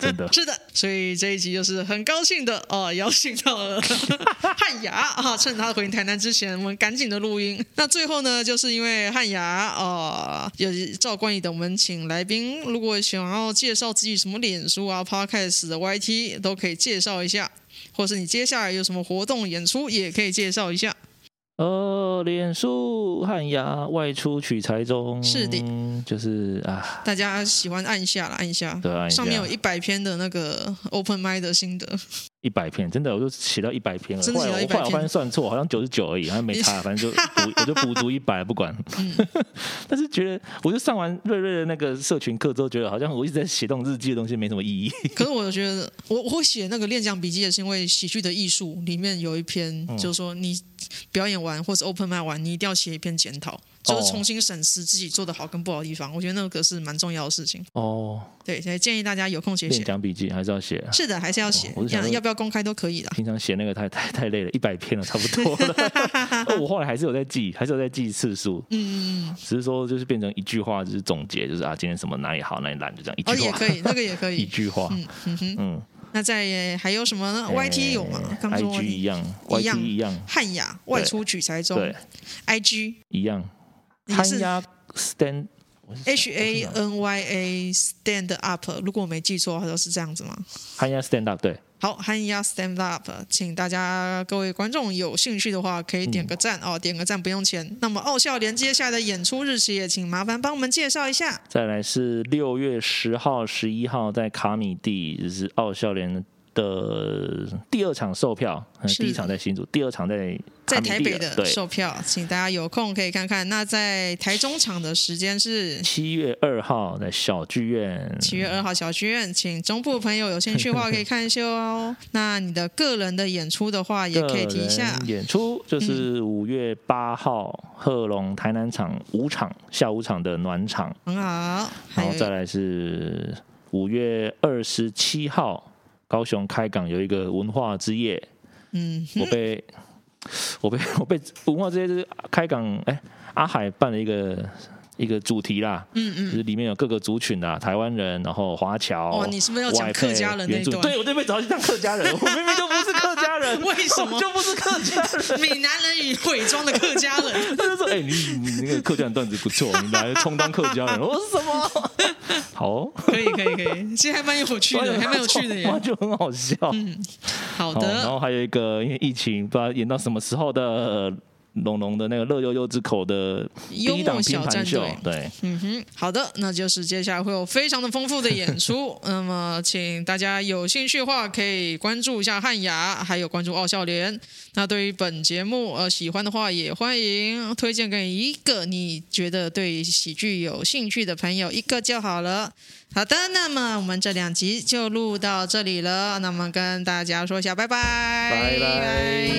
B: 真的
A: 是的，所以这一集就是很高兴的哦，邀请到 了汉雅啊，趁他回台南之前，我们赶紧的录音。那最后呢，就是因为汉雅哦，有照惯例的，我们请来宾如果想要介绍自己什么脸书啊、Podcast 的 YT，都可以介绍一下。或是你接下来有什么活动演出，也可以介绍一下。
B: 呃，脸书汉雅外出取材中，
A: 是的，
B: 就是啊，
A: 大家喜欢按一下啦，按一下，
B: 对，啊按一下
A: 上面有一百篇的那个 open m i d 的心得，
B: 一百片，真的，我就写到一百片了。
A: 真的
B: 后来
A: 写到100
B: 我后来我
A: 篇
B: 发现算错，好像九十九而已，好像没差，反正就补，我就补足一百，不管。
A: 嗯
B: 但是觉得，我就上完瑞瑞的那个社群课之后，觉得好像我一直在写这种日记的东西没什么意义。
A: 可是我觉得，我我会写那个《练讲笔记》，也是因为《喜剧的艺术》里面有一篇，
B: 嗯
A: 就是说你表演完或是 open m i 完，你一定要写一篇检
B: 哦
A: 讨，就是重新审视自己做的好跟不好的地方。我觉得那个是蛮重要的事情。
B: 哦，
A: 对，所以建议大家有空写
B: 练
A: 写。
B: 讲笔记还是要写。
A: 是的，还是要写
B: 哦我，是想
A: 要
B: 说
A: 要不要公开都可以的。
B: 平常写那个太太太累了，一百篇了，差不多 了。我后来还是有在记，还是有在记次数，
A: 嗯，嗯嗯，
B: 只是说就是变成一句话，就是总结，就是啊，今天什么哪里好，哪里烂，就这样一
A: 哦，
B: 句
A: 也
B: 话，
A: 可以，那个也可
B: 一
A: 以。
B: 句话。
A: 嗯嗯哼，
B: 嗯
A: 那在还有什么呢？YT
B: 哎
A: 有吗？刚说
B: ？IG 一
A: 你
B: 样
A: 一样
B: ，YT 一样，
A: 汉雅外出取材中
B: 对，
A: ，IG
B: 一样。
A: 你
B: 憨
A: 是
B: 鸭 stand
A: H A N Y A Stand Up，如果我没记错，好像是这样子吗？
B: 憨鸭 stand up，对，
A: 好，汉雅 Stand Up，请大家各位观众有兴趣的话，可以点个赞、
B: 嗯
A: 哦，点个赞不用钱。那么奥校连接下来的演出日期也请麻烦帮我们介绍一下。
B: 再来是六月十号、十一号在卡米蒂，就是奥校联的第二场售票，嗯
A: 是
B: 第一场在新竹，第二场在
A: 在
B: 卡米蒂
A: 台北
B: 了
A: 的
B: 对，
A: 售票，请大家有空可以看看。那在台中场的时间是
B: 七月二号在小剧院，
A: 七月二号小剧院，请中部朋友有兴趣的话可以看一下哦。那你的个人的演出的话，也可以提一下
B: 个人。演出，就是五月八号贺龙台南场五场下午场的暖场，
A: 很好，嗯还
B: 然后
A: 有
B: 再来是五月二十七号高雄开港有一个文化之夜，
A: 嗯，
B: 我被我被 我被文化之夜就是开港哎、阿海办了一个一个主题啦，嗯嗯，就是里面有各个族群啦，台湾人，然后华侨，
A: 哦你是不是要讲
B: 外配
A: 客家人那一
B: 原住民
A: 段
B: 对我这边早就当客 家人，我明明就不是客家人，
A: 为什么
B: 我就不是客家 人？
A: 闽南人与伪装的客家人。
B: 他就说：“哎、你你你那个客家人段子不错，你来充当客家人。”我说：“什么？好哦、
A: 可以可以可以，其实还蛮有趣 的，还蛮有趣的
B: 哇，
A: 耶。
B: 就很好笑。
A: 好
B: 哦然
A: 的，
B: 后还有一个，因为疫情不知道演到什么时候的呃龙龙的那个乐悠悠之口的第
A: 幽
B: 一档
A: 默
B: 拼
A: 小
B: 盘
A: 战
B: 秀
A: 队，，
B: 对，
A: 嗯哼，好的，那就是接下来会有非常的丰富的演 出。那么，请大家有兴趣的话，可以关注一下汉雅，还有关注奥笑联。那对于本节目呃喜欢的话，也欢迎推荐给一个你觉得对喜剧有兴趣的朋友，一个就好了。好的，那么我们这两集就录到这里了，那么跟大家说一下拜拜，
B: 拜拜。